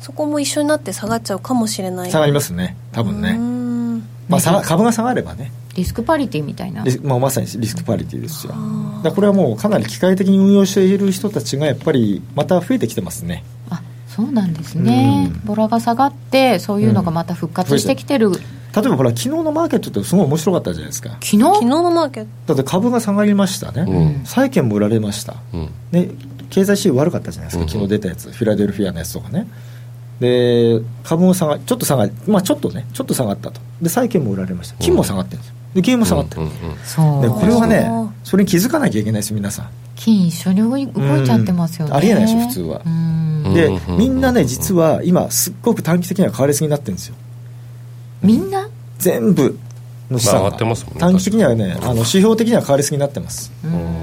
そこも一緒になって下がっちゃうかもしれない下がりますね多分うーね、んまあ、下が株が下がればねリスクパリティみたいなリスまあ、まさにリスクパリティですよだからこれはもうかなり機械的に運用している人たちがやっぱりまた増えてきてますねあそうなんですねうんボラが下がってそういうのがまた復活してきてる昨例えばほら昨日のマーケットってすごい面白かったじゃないですか日昨日のマーケットだって株が下がりましたね、うん債券も売られました、うんね、経済指標悪かったじゃないですか、うん昨日出たやつフィラデルフィアのやつとかねで株も下がちょっと下がまあちょっとねちょっと下がったとで債券も売られました金も下がってるんですよで金も下がってる、うんうんうんそうでこれはねそうそれに気づかなきゃいけないです皆さん金一緒に動い動いちゃってますよねうんありえないでしょ普通はうんうんでうんうんみんなね実は今すっごく短期的には買われすぎになってるんですよみんな全部の資産まあ上ががってますもんね短期的にはねあの指標的には買われすぎになってます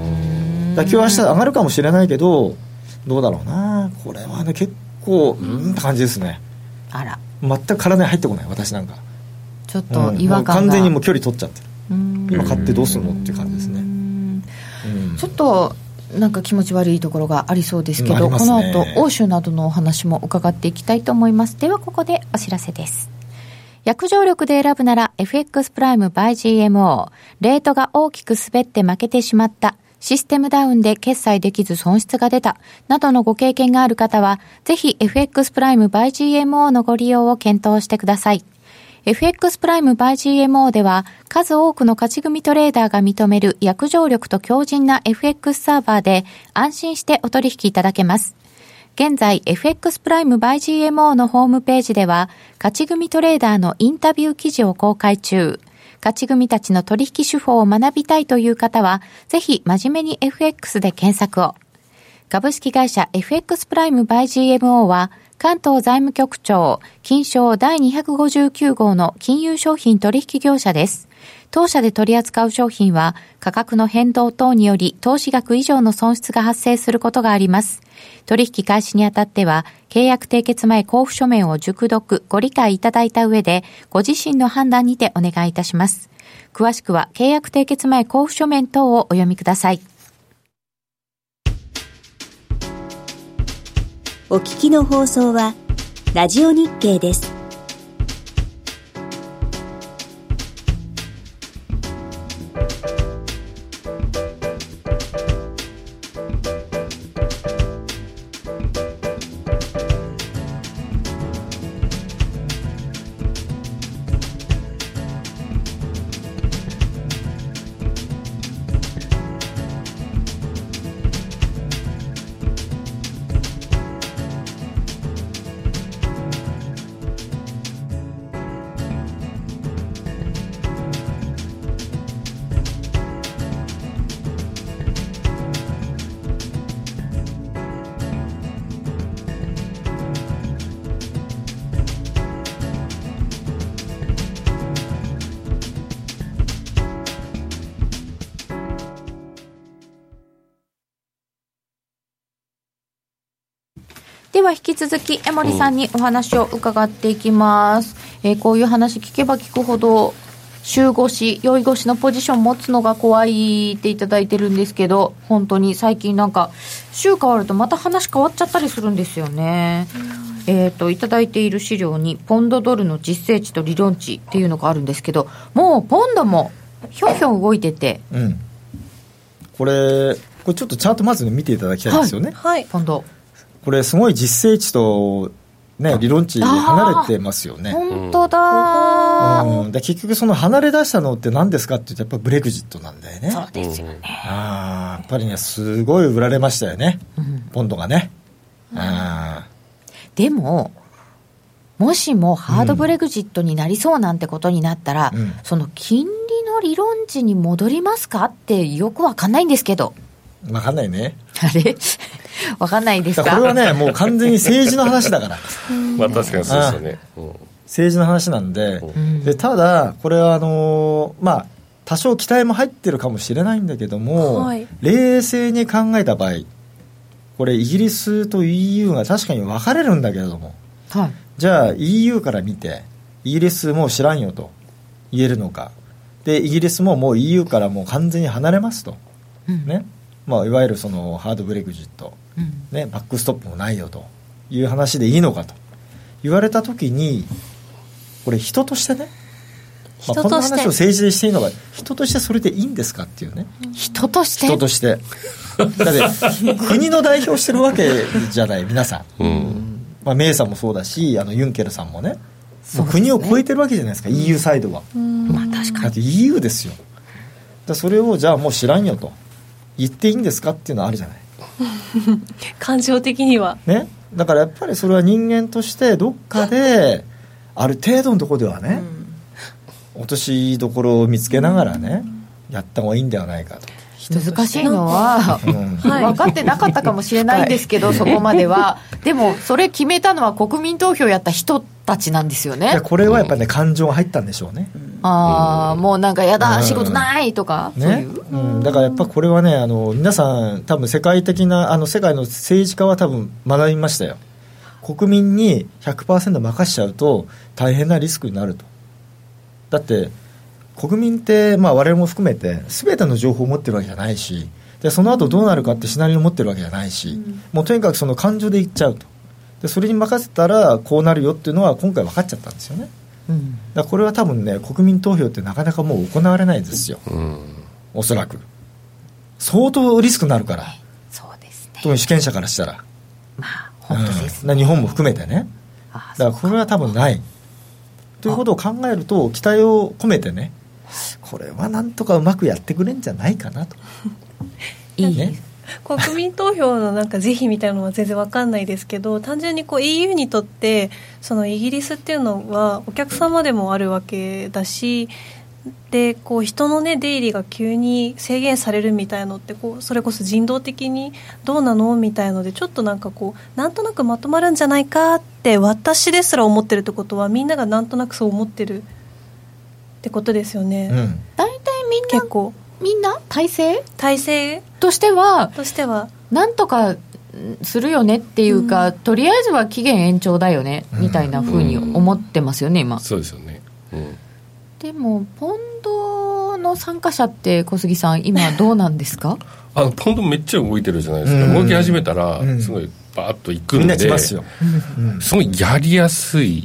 だから今日明日上がるかもしれないけどどうだろうなこれはね結構うんって感じですねあら全く体に入ってこない私なんか、ちょっうとん違和感がもう完全にもう距離取っちゃってるうん今買ってどうするのっていう感じですね、うんうんちょっとなんか気持ち悪いところがありそうですけど、うんあこりますねの後欧州などのお話も伺っていきたいと思いますではここでお知らせです約定力で選ぶなら FX プライム by GMO レートが大きく滑って負けてしまったシステムダウンで決済できず損失が出たなどのご経験がある方はぜひ FX プライム by GMO のご利用を検討してください FX プライム by GMO では数多くの勝ち組トレーダーが認める約定力と強靭な FX サーバーで安心してお取引いただけます。現在 FX プライム by GMO のホームページでは勝ち組トレーダーのインタビュー記事を公開中。勝ち組たちの取引手法を学びたいという方はぜひ真面目に FX で検索を。株式会社 FX プライム by GMO は関東財務局長金賞第259号の金融商品取引業者です当社で取り扱う商品は価格の変動等により投資額以上の損失が発生することがあります取引開始にあたっては契約締結前交付書面を熟読ご理解いただいた上でご自身の判断にてお願いいたします詳しくは契約締結前交付書面等をお読みくださいお聞きの放送はラジオ日経です。では引き続き江森さんにお話を伺っていきます、えーこういう話聞けば聞くほど週越し酔い越しのポジション持つのが怖いっていただいてるんですけど本当に最近なんか週変わるとまた話変わっちゃったりするんですよね、えっ、といただいている資料にポンドドルの実勢値と理論値っていうのがあるんですけどもうポンドもひょんひょん動いててうん、これこれちょっとチャートまず見ていただきたいんですよね、はいポンドこれすごい実勢値と、ね、理論値離れてますよね、本当だーうん、で結局その離れ出したのって何ですかって言うとやっぱブレグジットなんだよねそうですよね、あーやっぱりねすごい売られましたよねうんポンドがね、あでももしもハードブレグジットになりそうなんてことになったら、うんその金利の理論値に戻りますかってよくわかんないんですけど <laughs> ーわかんないねあれ <laughs> わかんないですだかからこれはねもう完全に政治の話だからまあ確かにそうですよね、うん政治の話なんでうんでただこれはあのーまあ多少期待も入ってるかもしれないんだけども、はい冷静に考えた場合これイギリスと EU が確かに分かれるんだけれどもはいじゃあ EU から見てイギリスもう知らんよと言えるのかでイギリスももう EU からもう完全に離れますと、うんねまあ、いわゆるそのハードブレグジット、うんね、バックストップもないよという話でいいのかと言われた時にこれ人としてね、まあ、人このとして話を政治でしていいのか人としてそれでいいんですかっていうね人として人としてだって国の代表してるわけじゃない <laughs> 皆さんうんまあ、メイさんもそうだしあのユンケルさんもねうもうですね国を超えてるわけじゃないですか EU サイドはまあ確かだって EU ですよだからそれをじゃあもう知らんよと言っていいんですかっていうのはあるじゃない感情的にはねだからやっぱりそれは人間としてどっかである程度のところではね、落としどころを見つけながらねやった方がいいんではないかと、に難しいの <laughs> はうんはい分かってなかったかもしれないんですけど、 <laughs> そこまではでもそれ決めたのは国民投票やった人たちなんですよねでこれはやっぱりね感情が入ったんでしょうね、ああもうなんかやだうん仕事ないとか、そういねううん、だからやっぱこれはねあの皆さん多分世界的なあの世界の政治家は多分学びましたよ国民に100%任しちゃうと大変なリスクになるとだって国民って、まあ、我々も含めて全ての情報を持ってるわけじゃないしでその後どうなるかってシナリオ持ってるわけじゃないし、もうとにかくその感情でいっちゃうとでそれに任せたらこうなるよっていうのは今回分かっちゃったんですよねうんだからこれは多分ね国民投票ってなかなかもう行われないですようんおそらく相当リスクになるからそうですね特に主権者からしたら、まあ本当です、うんな日本も含めてねあだからこれは多分ないということを考えると期待を込めてねこれはなんとかうまくやってくれんじゃないか <laughs> なと、いい、ね、国民投票のなんか是非みたいなのは全然わかんないですけど単純にこう EU にとってそのイギリスっていうのはお客様でもあるわけだしでこう人の、ね、出入りが急に制限されるみたいのってこうそれこそ人道的にどうなのみたいのでちょっとなんかこうなんとなくまとまるんじゃないかって私ですら思ってるってことはみんながなんとなくそう思ってるってことですよね。うん大体みんな結構みんな体制体制としてはとしてはなんとかするよねっていうか、うんとりあえずは期限延長だよね、うんみたいなふうに思ってますよね今そうですよね、うん、でもポンドの参加者って小杉さん今どうなんですかあのポンドめっちゃ動いてるじゃないですか、うん動き始めたら、うんすごいバーッと行くみんんでな来ますよ、うんすごいやりやすいや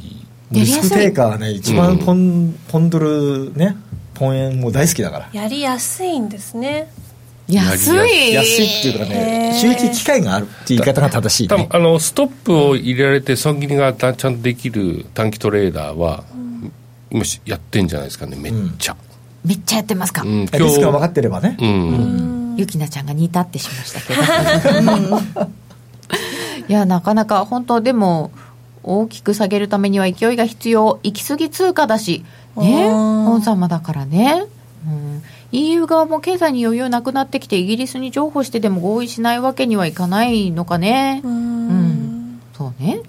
リりやすスいクテイカーはね一番ポン,、ポンドルねポン円も大好きだからやりやすいんですね。安い安いっていうかへねー収益機会があるっていう言い方が正しい多分ねあのストップを入れられて損切りがたちゃんとできる短期トレーダーは、今しやってんじゃないですかねめっちゃ、めっちゃやってますか、うん今リスクが分かってればね、うんゆきなちゃんが似たってしましたけど <laughs> いやなかなか本当でも大きく下げるためには勢いが必要行き過ぎ通貨だしねあー本様だからね、うん、EU 側も経済に余裕なくなってきてイギリスに譲歩してでも合意しないわけにはいかないのかね、うーうんんそうね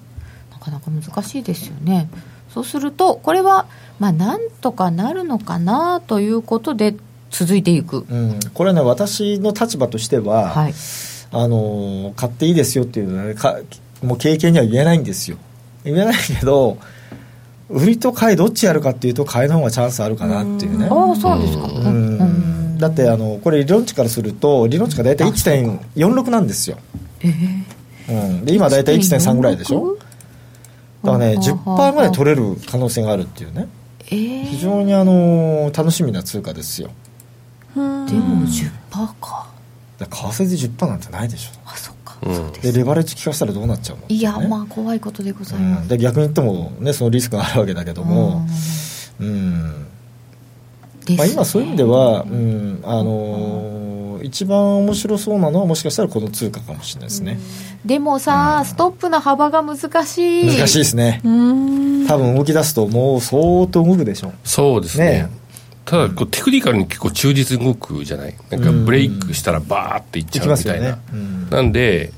なかなか難しいですよねそうするとこれはまあなんとかなるのかなということで続いていく、うん、これはね私の立場としては、はいあの買っていいですよっていうのはねかもう経験には言えないんですよ言えないけど売りと買いどっちやるかっていうと買いの方がチャンスあるかなっていうねああそうですか、ううんんだってあのこれ理論値からすると理論値が大体1.46なんですよ、うん、で今大体1.3ぐらいでしょだからね10%ぐらい取れる可能性があるっていうねえー非常にあの楽しみな通貨ですよでも10%かだから為替で10%なんてないでしょあそっか、うんそうですでレバレッジ効かせたらどうなっちゃうのいや、ねまあ怖いことでございまうんす、で逆に言っても、ね、そのリスクがあるわけだけども、うんですまあ、今そういう意味では、うんあのー一番面白そうなのはもしかしたらこの通貨かもしれないですね、でもさ、ストップの幅が難しい難しいですねうーん多分動き出すともう相当動くでしょうそうですねねただこうテクニカルに結構忠実に動くじゃないなんかブレイクしたらバーっていっちいゃきうまみすたよいねな、うんなんで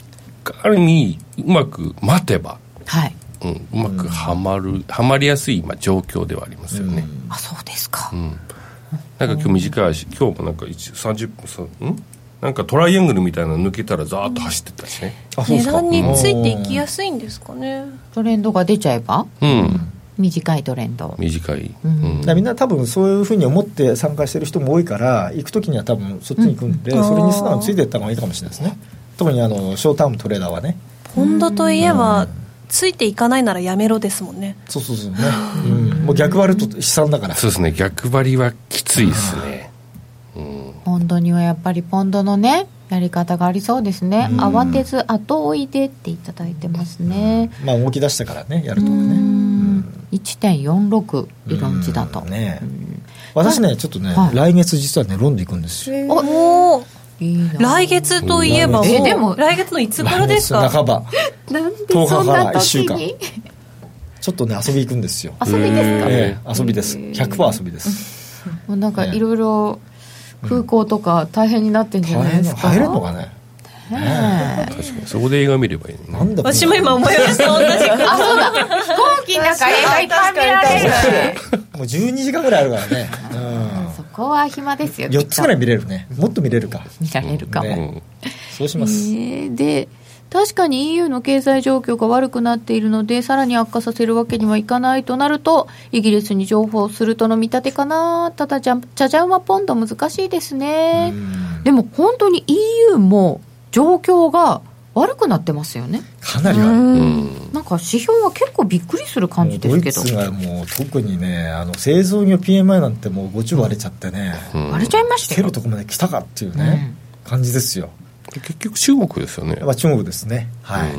ある意味うまく待てば、はいうん、うまくはまる、はまりやすい今状況ではありますよね、あそうですか、なんか今日短いし今日もなんか一30分そんなんかトライアングルみたいなの抜けたらザーッと走ってったしねあそうで値すか段についていきやすいんですかねトレンドが出ちゃえばうん、短いトレンド短い、ううんんだからみんな多分そういうふうに思って参加してる人も多いから行く時には多分そっちに行くんで、うんそれに素直についていった方がいいかもしれないですね特にあのショータームトレーダーはねポンドといえばついていかないならやめろですもんねそうそうそうね、うん、もう逆割ると悲惨だからそうですね逆張りはきついですね、うん、ポンドにはやっぱりポンドのねやり方がありそうですね、うん慌てず後追いでっていただいてますね、まあ動き出したからねやるとかうねん1.46理論値だと、うんね私ねちょっとね、はい来月実はねロンドン行くんですよおおーいいな来月といえばもうえでも来月のいつ頃です来月か半ばなんでそんな時に10ちょっとね遊び行くんですよ遊びですか、へーええ遊びです100%遊びですもうなんかいろいろ空港とか大変になってんじゃ大ない変ですなか入れんのかねねえ確かにそこで映画見ればいいねなんだこれ私も今思いました同じことあそうだ飛行機の中映画いっぱい見られるもう12時間ぐらいあるからね、そこは暇ですうよん、4つぐらいきっ見れるねもっと見れるかと見られるかも、ねうんそうします、えーで確かに EU の経済状況が悪くなっているのでさらに悪化させるわけにはいかないとなるとイギリスに情報するとの見立てかなただじゃじゃじゃんはポンド難しいですねでも本当に EU も状況が悪くなってますよねかなり悪いうんなんか指標は結構びっくりする感じでもうすドけイどツがもう特にねあの製造業 PMI なんてもうごち割れちゃってね、うん割れちゃいまし来たてよるとこまで来たかっていうね、感じですよ結局中国ですよねやっぱ中国ですねはい、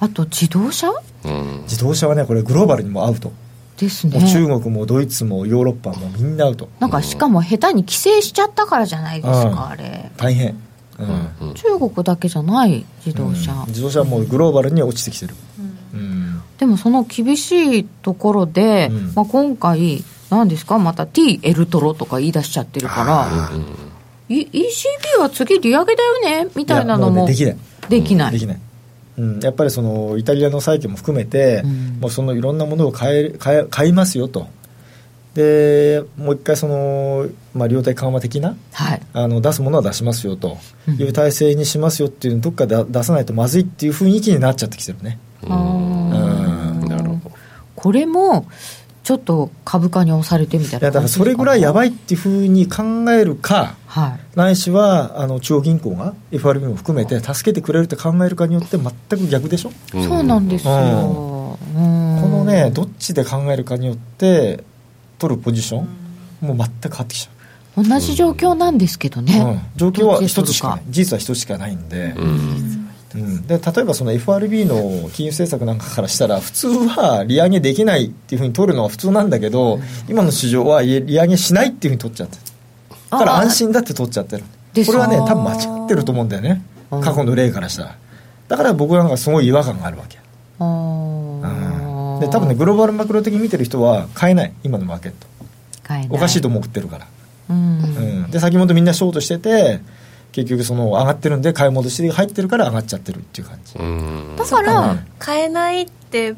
あと自動車うん自動車はねこれグローバルにもアウトですねもう中国もドイツもヨーロッパもみんなアウトなんかしかも下手に規制しちゃったからじゃないですか、うんあれ大変、うんうんうん中国だけじゃない自動車、うん自動車はもうグローバルに落ちてきてる、うんでもその厳しいところで、うんまあ、今回何ですかまた T エルトロとか言い出しちゃってるからあーい ECB は次利上げだよねみたいなのもいやうねできないできないできない、うん、やっぱりそのイタリアの債券も含めて、うんもうそのいろんなものを買え買え買いますよとでもう一回その、まあ、量的緩和的なはいあの出すものは出しますよとうんいう体制にしますよっていうのをどっかで出さないとまずいっていう雰囲気になっちゃってきてるねあーなるほどこれもちょっと株価に押されてみたいいやなだからそれぐらいやばいっていうふうに考えるかはいないしはあの中央銀行が FRB も含めて助けてくれるって考えるかによって全く逆でしょそうなんですよ、うんこのねどっちで考えるかによって取るポジションもう全く変わってきちゃ同じ状況なんですけどね、う、うん、状況は一つしかないどっちで取るか事実は一つしかないんで,、うんうん、で例えばその FRB の金融政策なんかからしたら普通は利上げできないっていうふうに取るのは普通なんだけど、今の市場は利上げしないっていうふうに取っちゃってるだから安心だって取っちゃってるでこれはねそう多分間違ってると思うんだよねうん過去の例からしたらだから僕なんかすごい違和感があるわけあうんーで多分ねグローバルマクロ的に見てる人は買えない今のマーケット買えなおかしいと思ってるから、うんうん、で先ほどみんなショートしてて結局その上がってるんで買い戻しで入ってるから上がっちゃってるっていう感じ、うんだかうらん買えないって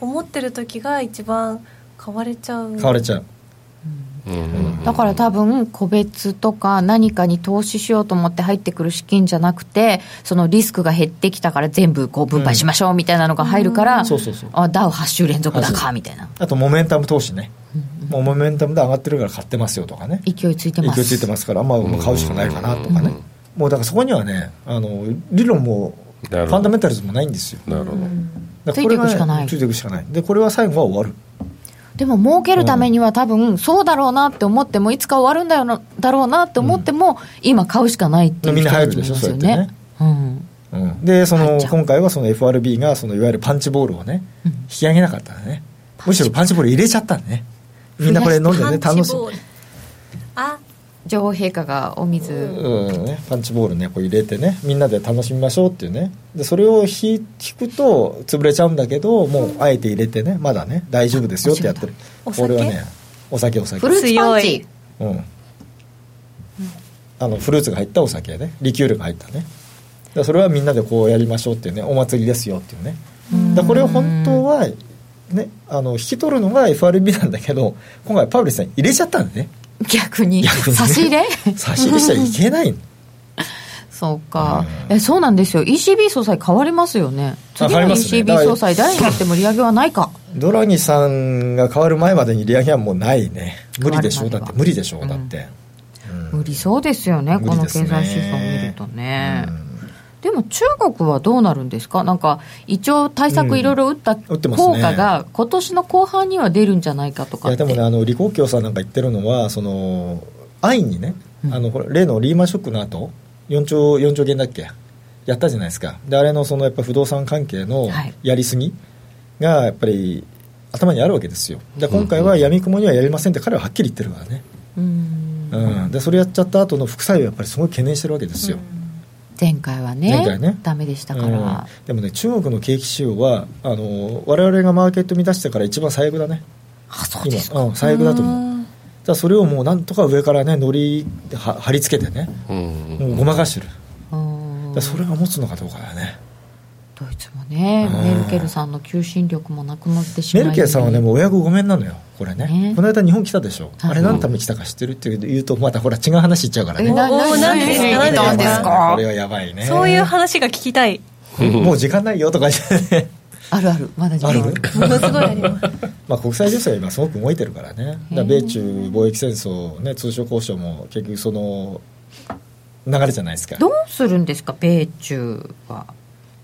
思ってる時が一番買われちゃう買われちゃううんだから多分個別とか何かに投資しようと思って入ってくる資金じゃなくてそのリスクが減ってきたから全部こう分配しましょうみたいなのが入るから、そうそうそうあダウ8週連続だあそかうみたいなあとモメンタム投資ね、もうモメンタムで上がってるから買ってますよとかね勢いついて影ます響ついてますから、まあ、もう買うしかないかなとかね、もうだからそこにはねあの理論もフなるほどァンダメンタルズもないんですよなるほどだからこれがねついていくしかないついていくしかないでこれは最後は終わるでも儲けるためには多分そうだろうなって思ってもいつか終わるんだよなだろうなって思っても、今買うしかないっていうみん人なたち入るもいでしょますよそうやってねね。うんでそ入っのちゃう今回はその FRB がそのいわゆるパンチボールをね、うん引き上げなかったんだねむしろパンチボール入れちゃったんだねみんなこれ飲んでね楽しい、あ女王陛下がお水、うんね、パンチボールねこう入れてねみんなで楽しみましょうっていうねでそれを引引くと潰れちゃうんだけどもうあえて入れてねまだね大丈夫ですよってやってるお酒これはねお酒お酒フルーツパン強チいうん、あのフルーツが入ったお酒ねリキュールが入ったねだからそれはみんなでこうやりましょうっていうねお祭りですよっていうねだからこれを本当はねあの引き取るのが FRB なんだけど今回パウリスさん入れちゃったんでね逆に逆にね差し入れ差し入れしちゃいけないのそうか、うんえそうなんですよ ECB 総裁変わりますよねあ次変わのりますね ECB 総裁誰になっても利上げはないかドラギさんが変わる前までに利上げはもうないね無理でしょうだって無理でしょうだって、うん無理そうですよね無こ理ので経す済ね指標を見るとね、うんでも中国はどうなるんですかなんか一応対策いろいろ打った打ってますね効果が今年の後半には出るんじゃないかといかやってでもねあの李克強さんなんか言ってるのはその安易にね、あのほら例のリーマンショックの後4兆4兆元だっけやったじゃないですかであれのそのやっぱ不動産関係のはいやりすぎがやっぱり頭にあるわけですよで今回は闇雲にはやりませんって彼ははっきり言ってるからね、うんうん、でそれやっちゃった後の副作用やっぱりすごい懸念してるわけですよ、前回はね前回ねダメでしたから、うんでもね中国の景気仕様はあの我々がマーケットに出してから一番最悪だねあそうです今、うん、最悪だと思うじゃあそれをもうなんとか上からねのりは貼り付けてねうんもうごまかしてる、だかうんらそれが持つのかどうかだよね、ドイツもねうんメルケルさんの求心力もなくなってしまいメルケルさんはねもう親子ごめんなのよこれねねこの間日本来たでしょ、はいあれ何のために来たか知ってるって言うとまたほら違う話言っちゃうからえねななおなーなんでですなかんこでれですやばいかこれはやばいねそういう話が聞きたいもう時間ないよとかじゃ <laughs> ねあるあるまだ時間あるものすごいありますまあ国際情勢が今すごく動いてるからねだから米中貿易戦争、ね、通商交渉も結局その流れじゃないですかどうするんですか米中は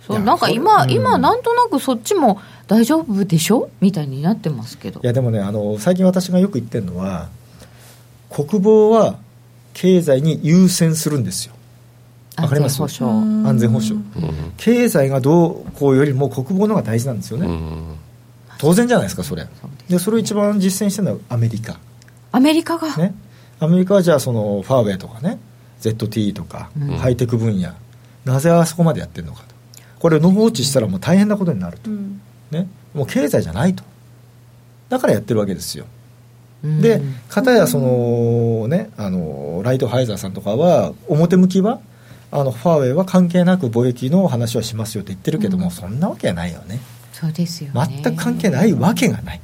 そいうやなんこかれ今、うん今なんとなくそっちも大丈夫でしょみたいになってますけどいやでもねあの最近私がよく言ってるのは国防は経済に優先するんですよわかります安全保障安全保障うん経済がどうこうよりも国防の方が大事なんですよね、うん当然じゃないですかそれそうですねでそれを一番実践してるのはアメリカアメリカが、ねアメリカはじゃあそのファーウェイとかね ZTE とか、うんハイテク分野なぜあそこまでやってるのかとこれ農放置したらもう大変なことになると、うんね、もう経済じゃないとだからやってるわけですようんで片やそのねあのライトハイザーさんとかは表向きはあのファーウェイは関係なく貿易の話はしますよって言ってるけども、うんそんなわけはないよねそうですよね全く関係ないわけがない、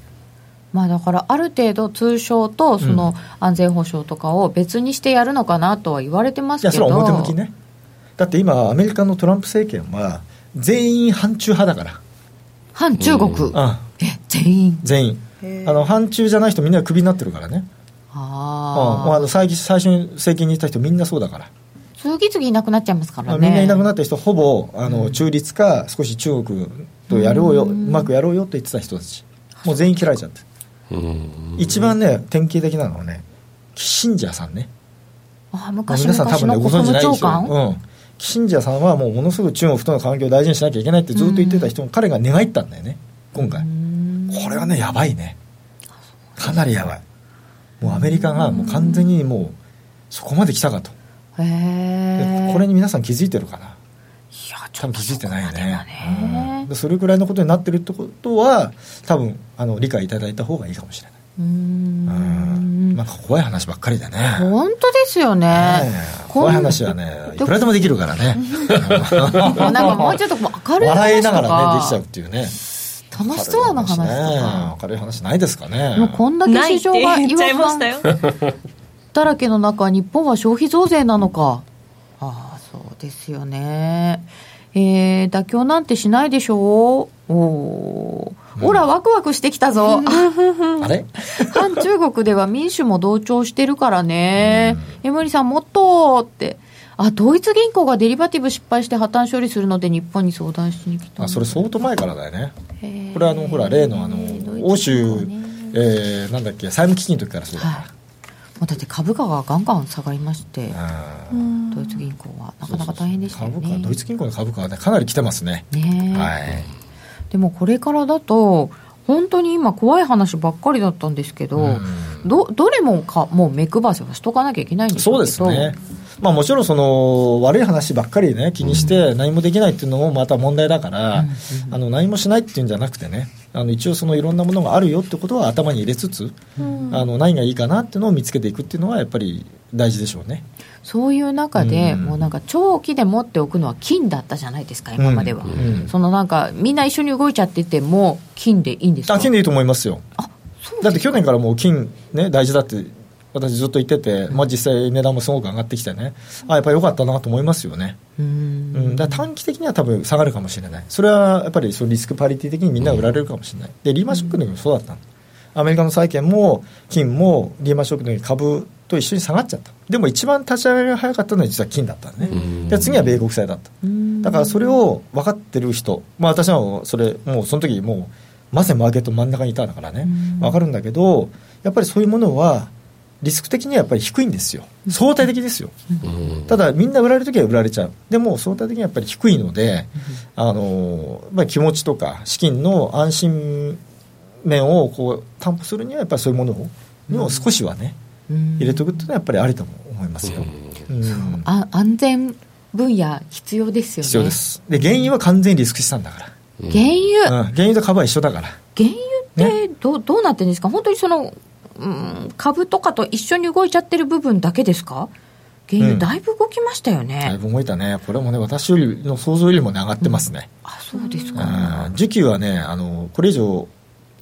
まあだからある程度通商とその安全保障とかを別にしてやるのかなとは言われてまいすやけそれどは表向きねだって今アメリカのトランプ政権は全員反中派だか反中国、うら、うん、え全員全員へーあの反中じゃない人みんなクビになってるからねうんもうあああの最近最初に政権にいた人みんなそうだから次々いなくなっちゃいますからねみんないなくなっった人ほぼあの中立か少し中国とやろうよううんまくやろうよって言ってた人たちもう全員嫌いちゃってうん一番ね典型的なのはねキッシンジャーさんねあーもう昔皆さん多昔分ねのご国存知務ないで長しょ官、う、うん、キッシンジャーさんはもうものすごく中国との環境を大事にしなきゃいけないってずっと言ってた人も彼が願いったんだよね今回うんこれはねやばいねかなりやばいもうアメリカがもう完全にもうそこまで来たかとへえでこれに皆さん気づいてるかないやち多ょ分っと気づいてないよねねうんでそれぐらいのことになってるってことは多分あの理解いただいた方がいいかもしれなうーいうんんなんか怖い話ばっかりだね本当ですよねねえこん怖い話はねいくらでもできるからねなんかもうちょっとこう明るい笑話いながとらねできちゃうっかていうね楽しそうな話とかね明るい話ないですかねもうこんだけない市って場が言っちゃいま岩しさたんよだらけの中日本は消費増税なのかああそうですよねえー妥協なんてしないでしょうおーほらワクワクしてきたぞあれ反中国では民主も同調してるからねエムリさんもっとってあドイツ銀行がデリバティブ失敗して破綻処理するので日本に相談しに来たあそれ相当前からだよねれこれあのほら例のあの欧州、えーなんだっけ債務危機の時からそうだはい、もうだって株価がガンガン下がりまして、な、うんドイツ銀行はなかそうなかそうそう大変でしたよね。株価ドイツ銀行の株価はねかなり来てますねねえはいでもこれからだと本当に今怖い話ばっかりだったんですけど、うんどどれもかもう目配せはしとかなきゃいけないんですけそどうですね、まあ、もちろんその悪い話ばっかりね気にして何もできないっていうのもまた問題だから、あの何もしないっていうんじゃなくてねあの一応そのいろんなものがあるよってことは頭に入れつつ、あの何がいいかなっていうのを見つけていくっていうのはやっぱり大事でしょうね。そういう中で、うんもうなんか長期で持っておくのは金だったじゃないですか今までは、うんうんそのなんかみんな一緒に動いちゃってても金でいいんですかあ金でいいと思いますよそうだって去年からもう金、ね、大事だって私ずっと言ってて、まあ、実際値段もすごく上がってきてねあやっぱり良かったなと思いますよね、うーうんんだから短期的には多分下がるかもしれないそれはやっぱりそのリスクパリティ的にみんな売られるかもしれないでリーマンショックの時もそうだったのアメリカの債券も金もリーマンショックの時株と一緒に下がっちゃったでも一番立ち上がりが早かったのは実は金だったのね、うんで次は米国債だったうーんだからそれを分かってる人、まあ、私はもうそれもうその時もうまさにマーケット真ん中にいたんだからねうん分かるんだけどやっぱりそういうものはリスク的にはやっぱり低いんですよ相対的ですようんただみんな売られる時は売られちゃうでも相対的にはやっぱり低いので、あのまあ、気持ちとか資金の安心面をこう担保するにはやっぱりそういうものをにも少しはねうん入れておくっていうのはやっぱりありと思いますよ、うんあ安全分野必要ですよね必要ですで原因は完全にリスク資産だからうん原油、うん、原油と株は一緒だから原油ってど,、うどうなってんですか本当にその、うん、株とかと一緒に動いちゃってる部分だけですか原う油んだいぶ動きましたよだいね、ぶ動いたねこれもね私よりの想像よりもね上がってますね、あそうですうんか、需給はねあのこれ以上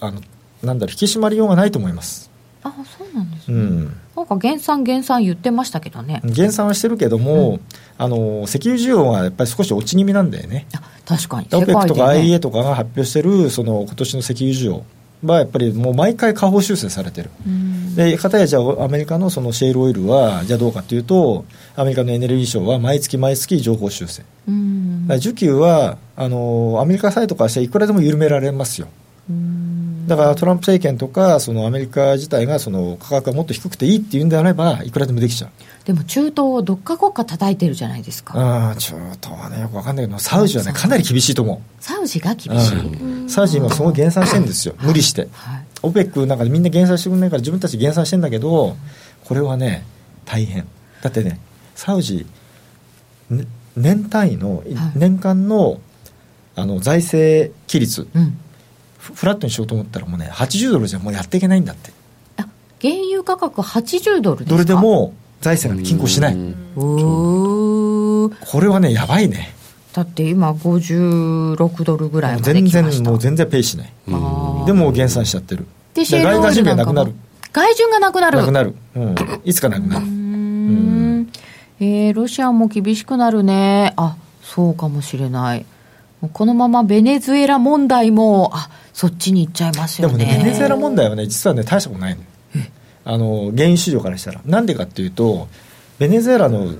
あのなんだろう引き締まりようがないと思いますあそうなんですうんなんか減産減産言ってましたけどね、減産はしてるけども、あの石油需要はやっぱり少し落ち気味なんだよね。あ確かに OPEC とか世界でね IEA とかが発表してるその今年の石油需要はやっぱりもう毎回下方修正されてる。うんで片やじゃあアメリカのそのシェールオイルはじゃあどうかというとアメリカのエネルギー省は毎月毎月情報修正うんだから需給はあのアメリカサイトからしていくらでも緩められますようんだからトランプ政権とかそのアメリカ自体がその価格がもっと低くていいっていうんであればいくらでもできちゃうでも中東をどっか国家叩いてるじゃないですか、あちょっとはねよくわかんないけどサウジはねかなり厳しいと思サウジが厳う、うしい、ん、サウジ今すごい減産してるんですよ無理してはい、オペックなんかでみんな減産してくれないから自分たち減産してんだけどこれはね大変だってねサウジ、ね年単位の、い年間のあの財政規律うん、フフラットにしようと思ったらもうね80ドルじゃもうやっていけないんだってあ原油価格80ドルですかどれでも財政なんて均衡しないうーこれはねやばいねだって今56ドルぐらいまで全来ま然したもう全然ペイしないあーでもう減産しちゃってるでシェール外オイ貨準ルな備んがなかくなもる外順がなくなるなくなる、うん、いつかなくなるうーんえーロシアも厳しくなるねあそうかもしれないこのままベネズエラ問題もあそっちに行っちゃいますでよもねね、ベネズエラ問題はね、実はね、大したことないのあの原油市場からしたら、なんでかっていうと、ベネズエラの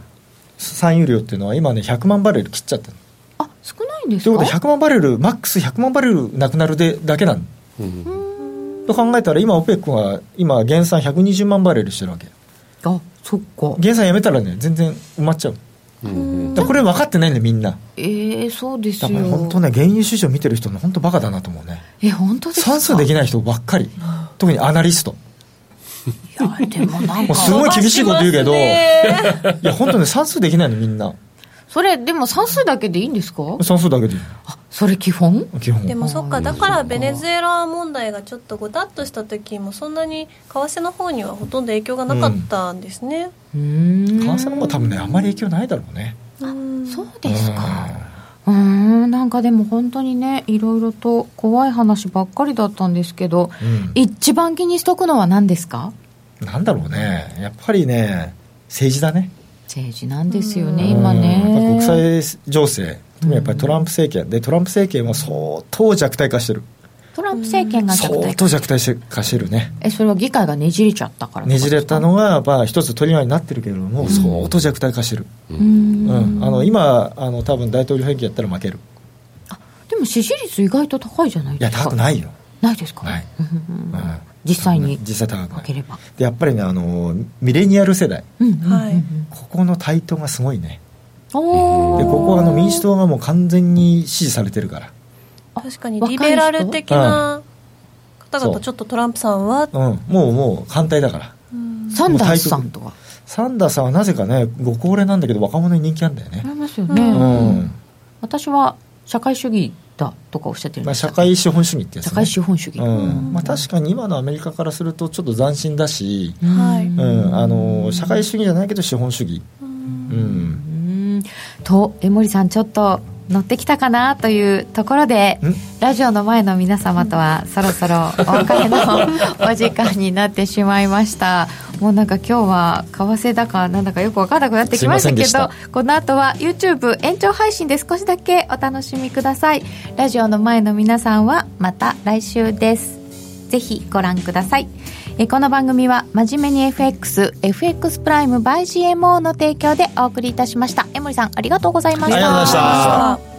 産油量っていうのは、今ね、100万バレル切っちゃってる。あ少ないんですとかいうことで、100万バレル、マックス100万バレルなくなるでだけなの。うんと考えたら、今、オペックが今、減産120万バレルしてるわけ。あそっか減産やめたらね、全然埋まっちゃう。うんだからこれ分かってないんだよ、みんな。えー、そうですだよから本当ね、原油市場見てる人の本当バカだなと思うね。え本当ですか算数できない人ばっかり。特にアナリスト。いやでもなんもかうすごい厳しいこと言うけど飛ばしてますねいや、本当ね、算数できないの、みんな。それでも算数だけでいいんですか算数だけでいいあそれ基本の基本でもそっかだからベネズエラ問題がちょっとごたっとした時もそんなに為替の方にはほとんど影響がなかったんですね、うーん為替の方が多分ねあんまり影響ないだろうねうんそうですかうーんなんかでも本当にねいろいろと怖い話ばっかりだったんですけどうん、一番気にしとくのは何ですかなんだろうねやっぱりね政治だね政治なんですようんね今ねやっぱ国際情勢特にやっぱりトランプ政権でトランプ政権は相当弱体化してるトランプ政権が弱相体当弱体化してるねえそれは議会がねじれちゃったからとかねじれたのがまあ一つトリガーになってるけれども、ん相当弱体化してる、うーうんんあの今あの多分大統領選挙やったら負けるでも支持率意外と高いじゃないいやです高かくないよ、ないですかないうんうん実際に実際高くな負いければでやっぱりねあのミレニアル世代うんうんうんうんはいここの対等がすごいねおーでここはあの民主党がもう完全に支持されてるから確かに若いリ人ベラル的な方々ちょっとトランプさんは、うん、もうもう反対だから。うんサンダースさんとかサンダーさんはなぜかね、ご高齢なんだけど若者に人気なんだよあね。りますよね、ううん。私は社会主義だとかおっしゃってるんまあですか、社会資本主義ってやつ、ね。社会資本主義、うん。まあ確かに今のアメリカからするとちょっと斬新だし、うんはいうん、あの、社会主義じゃないけど資本主義。うん。うんと江森さんちょっと乗ってきたかなというところでんラジオの前の皆様とはそろそろお別れのお時間になってしまいましたもうなんか今日は為替だかなんだかよく分からなくなってきましたけどすいませんでこの後は YouTube 延長配信で少しだけお楽しみくださいラジオの前の皆さんはまた来週ですぜひご覧くださいえーこの番組は真面目に FXFX プライム by GMO の提供でお送りいたしました江森さんありがとうございましたありがとうございましたあ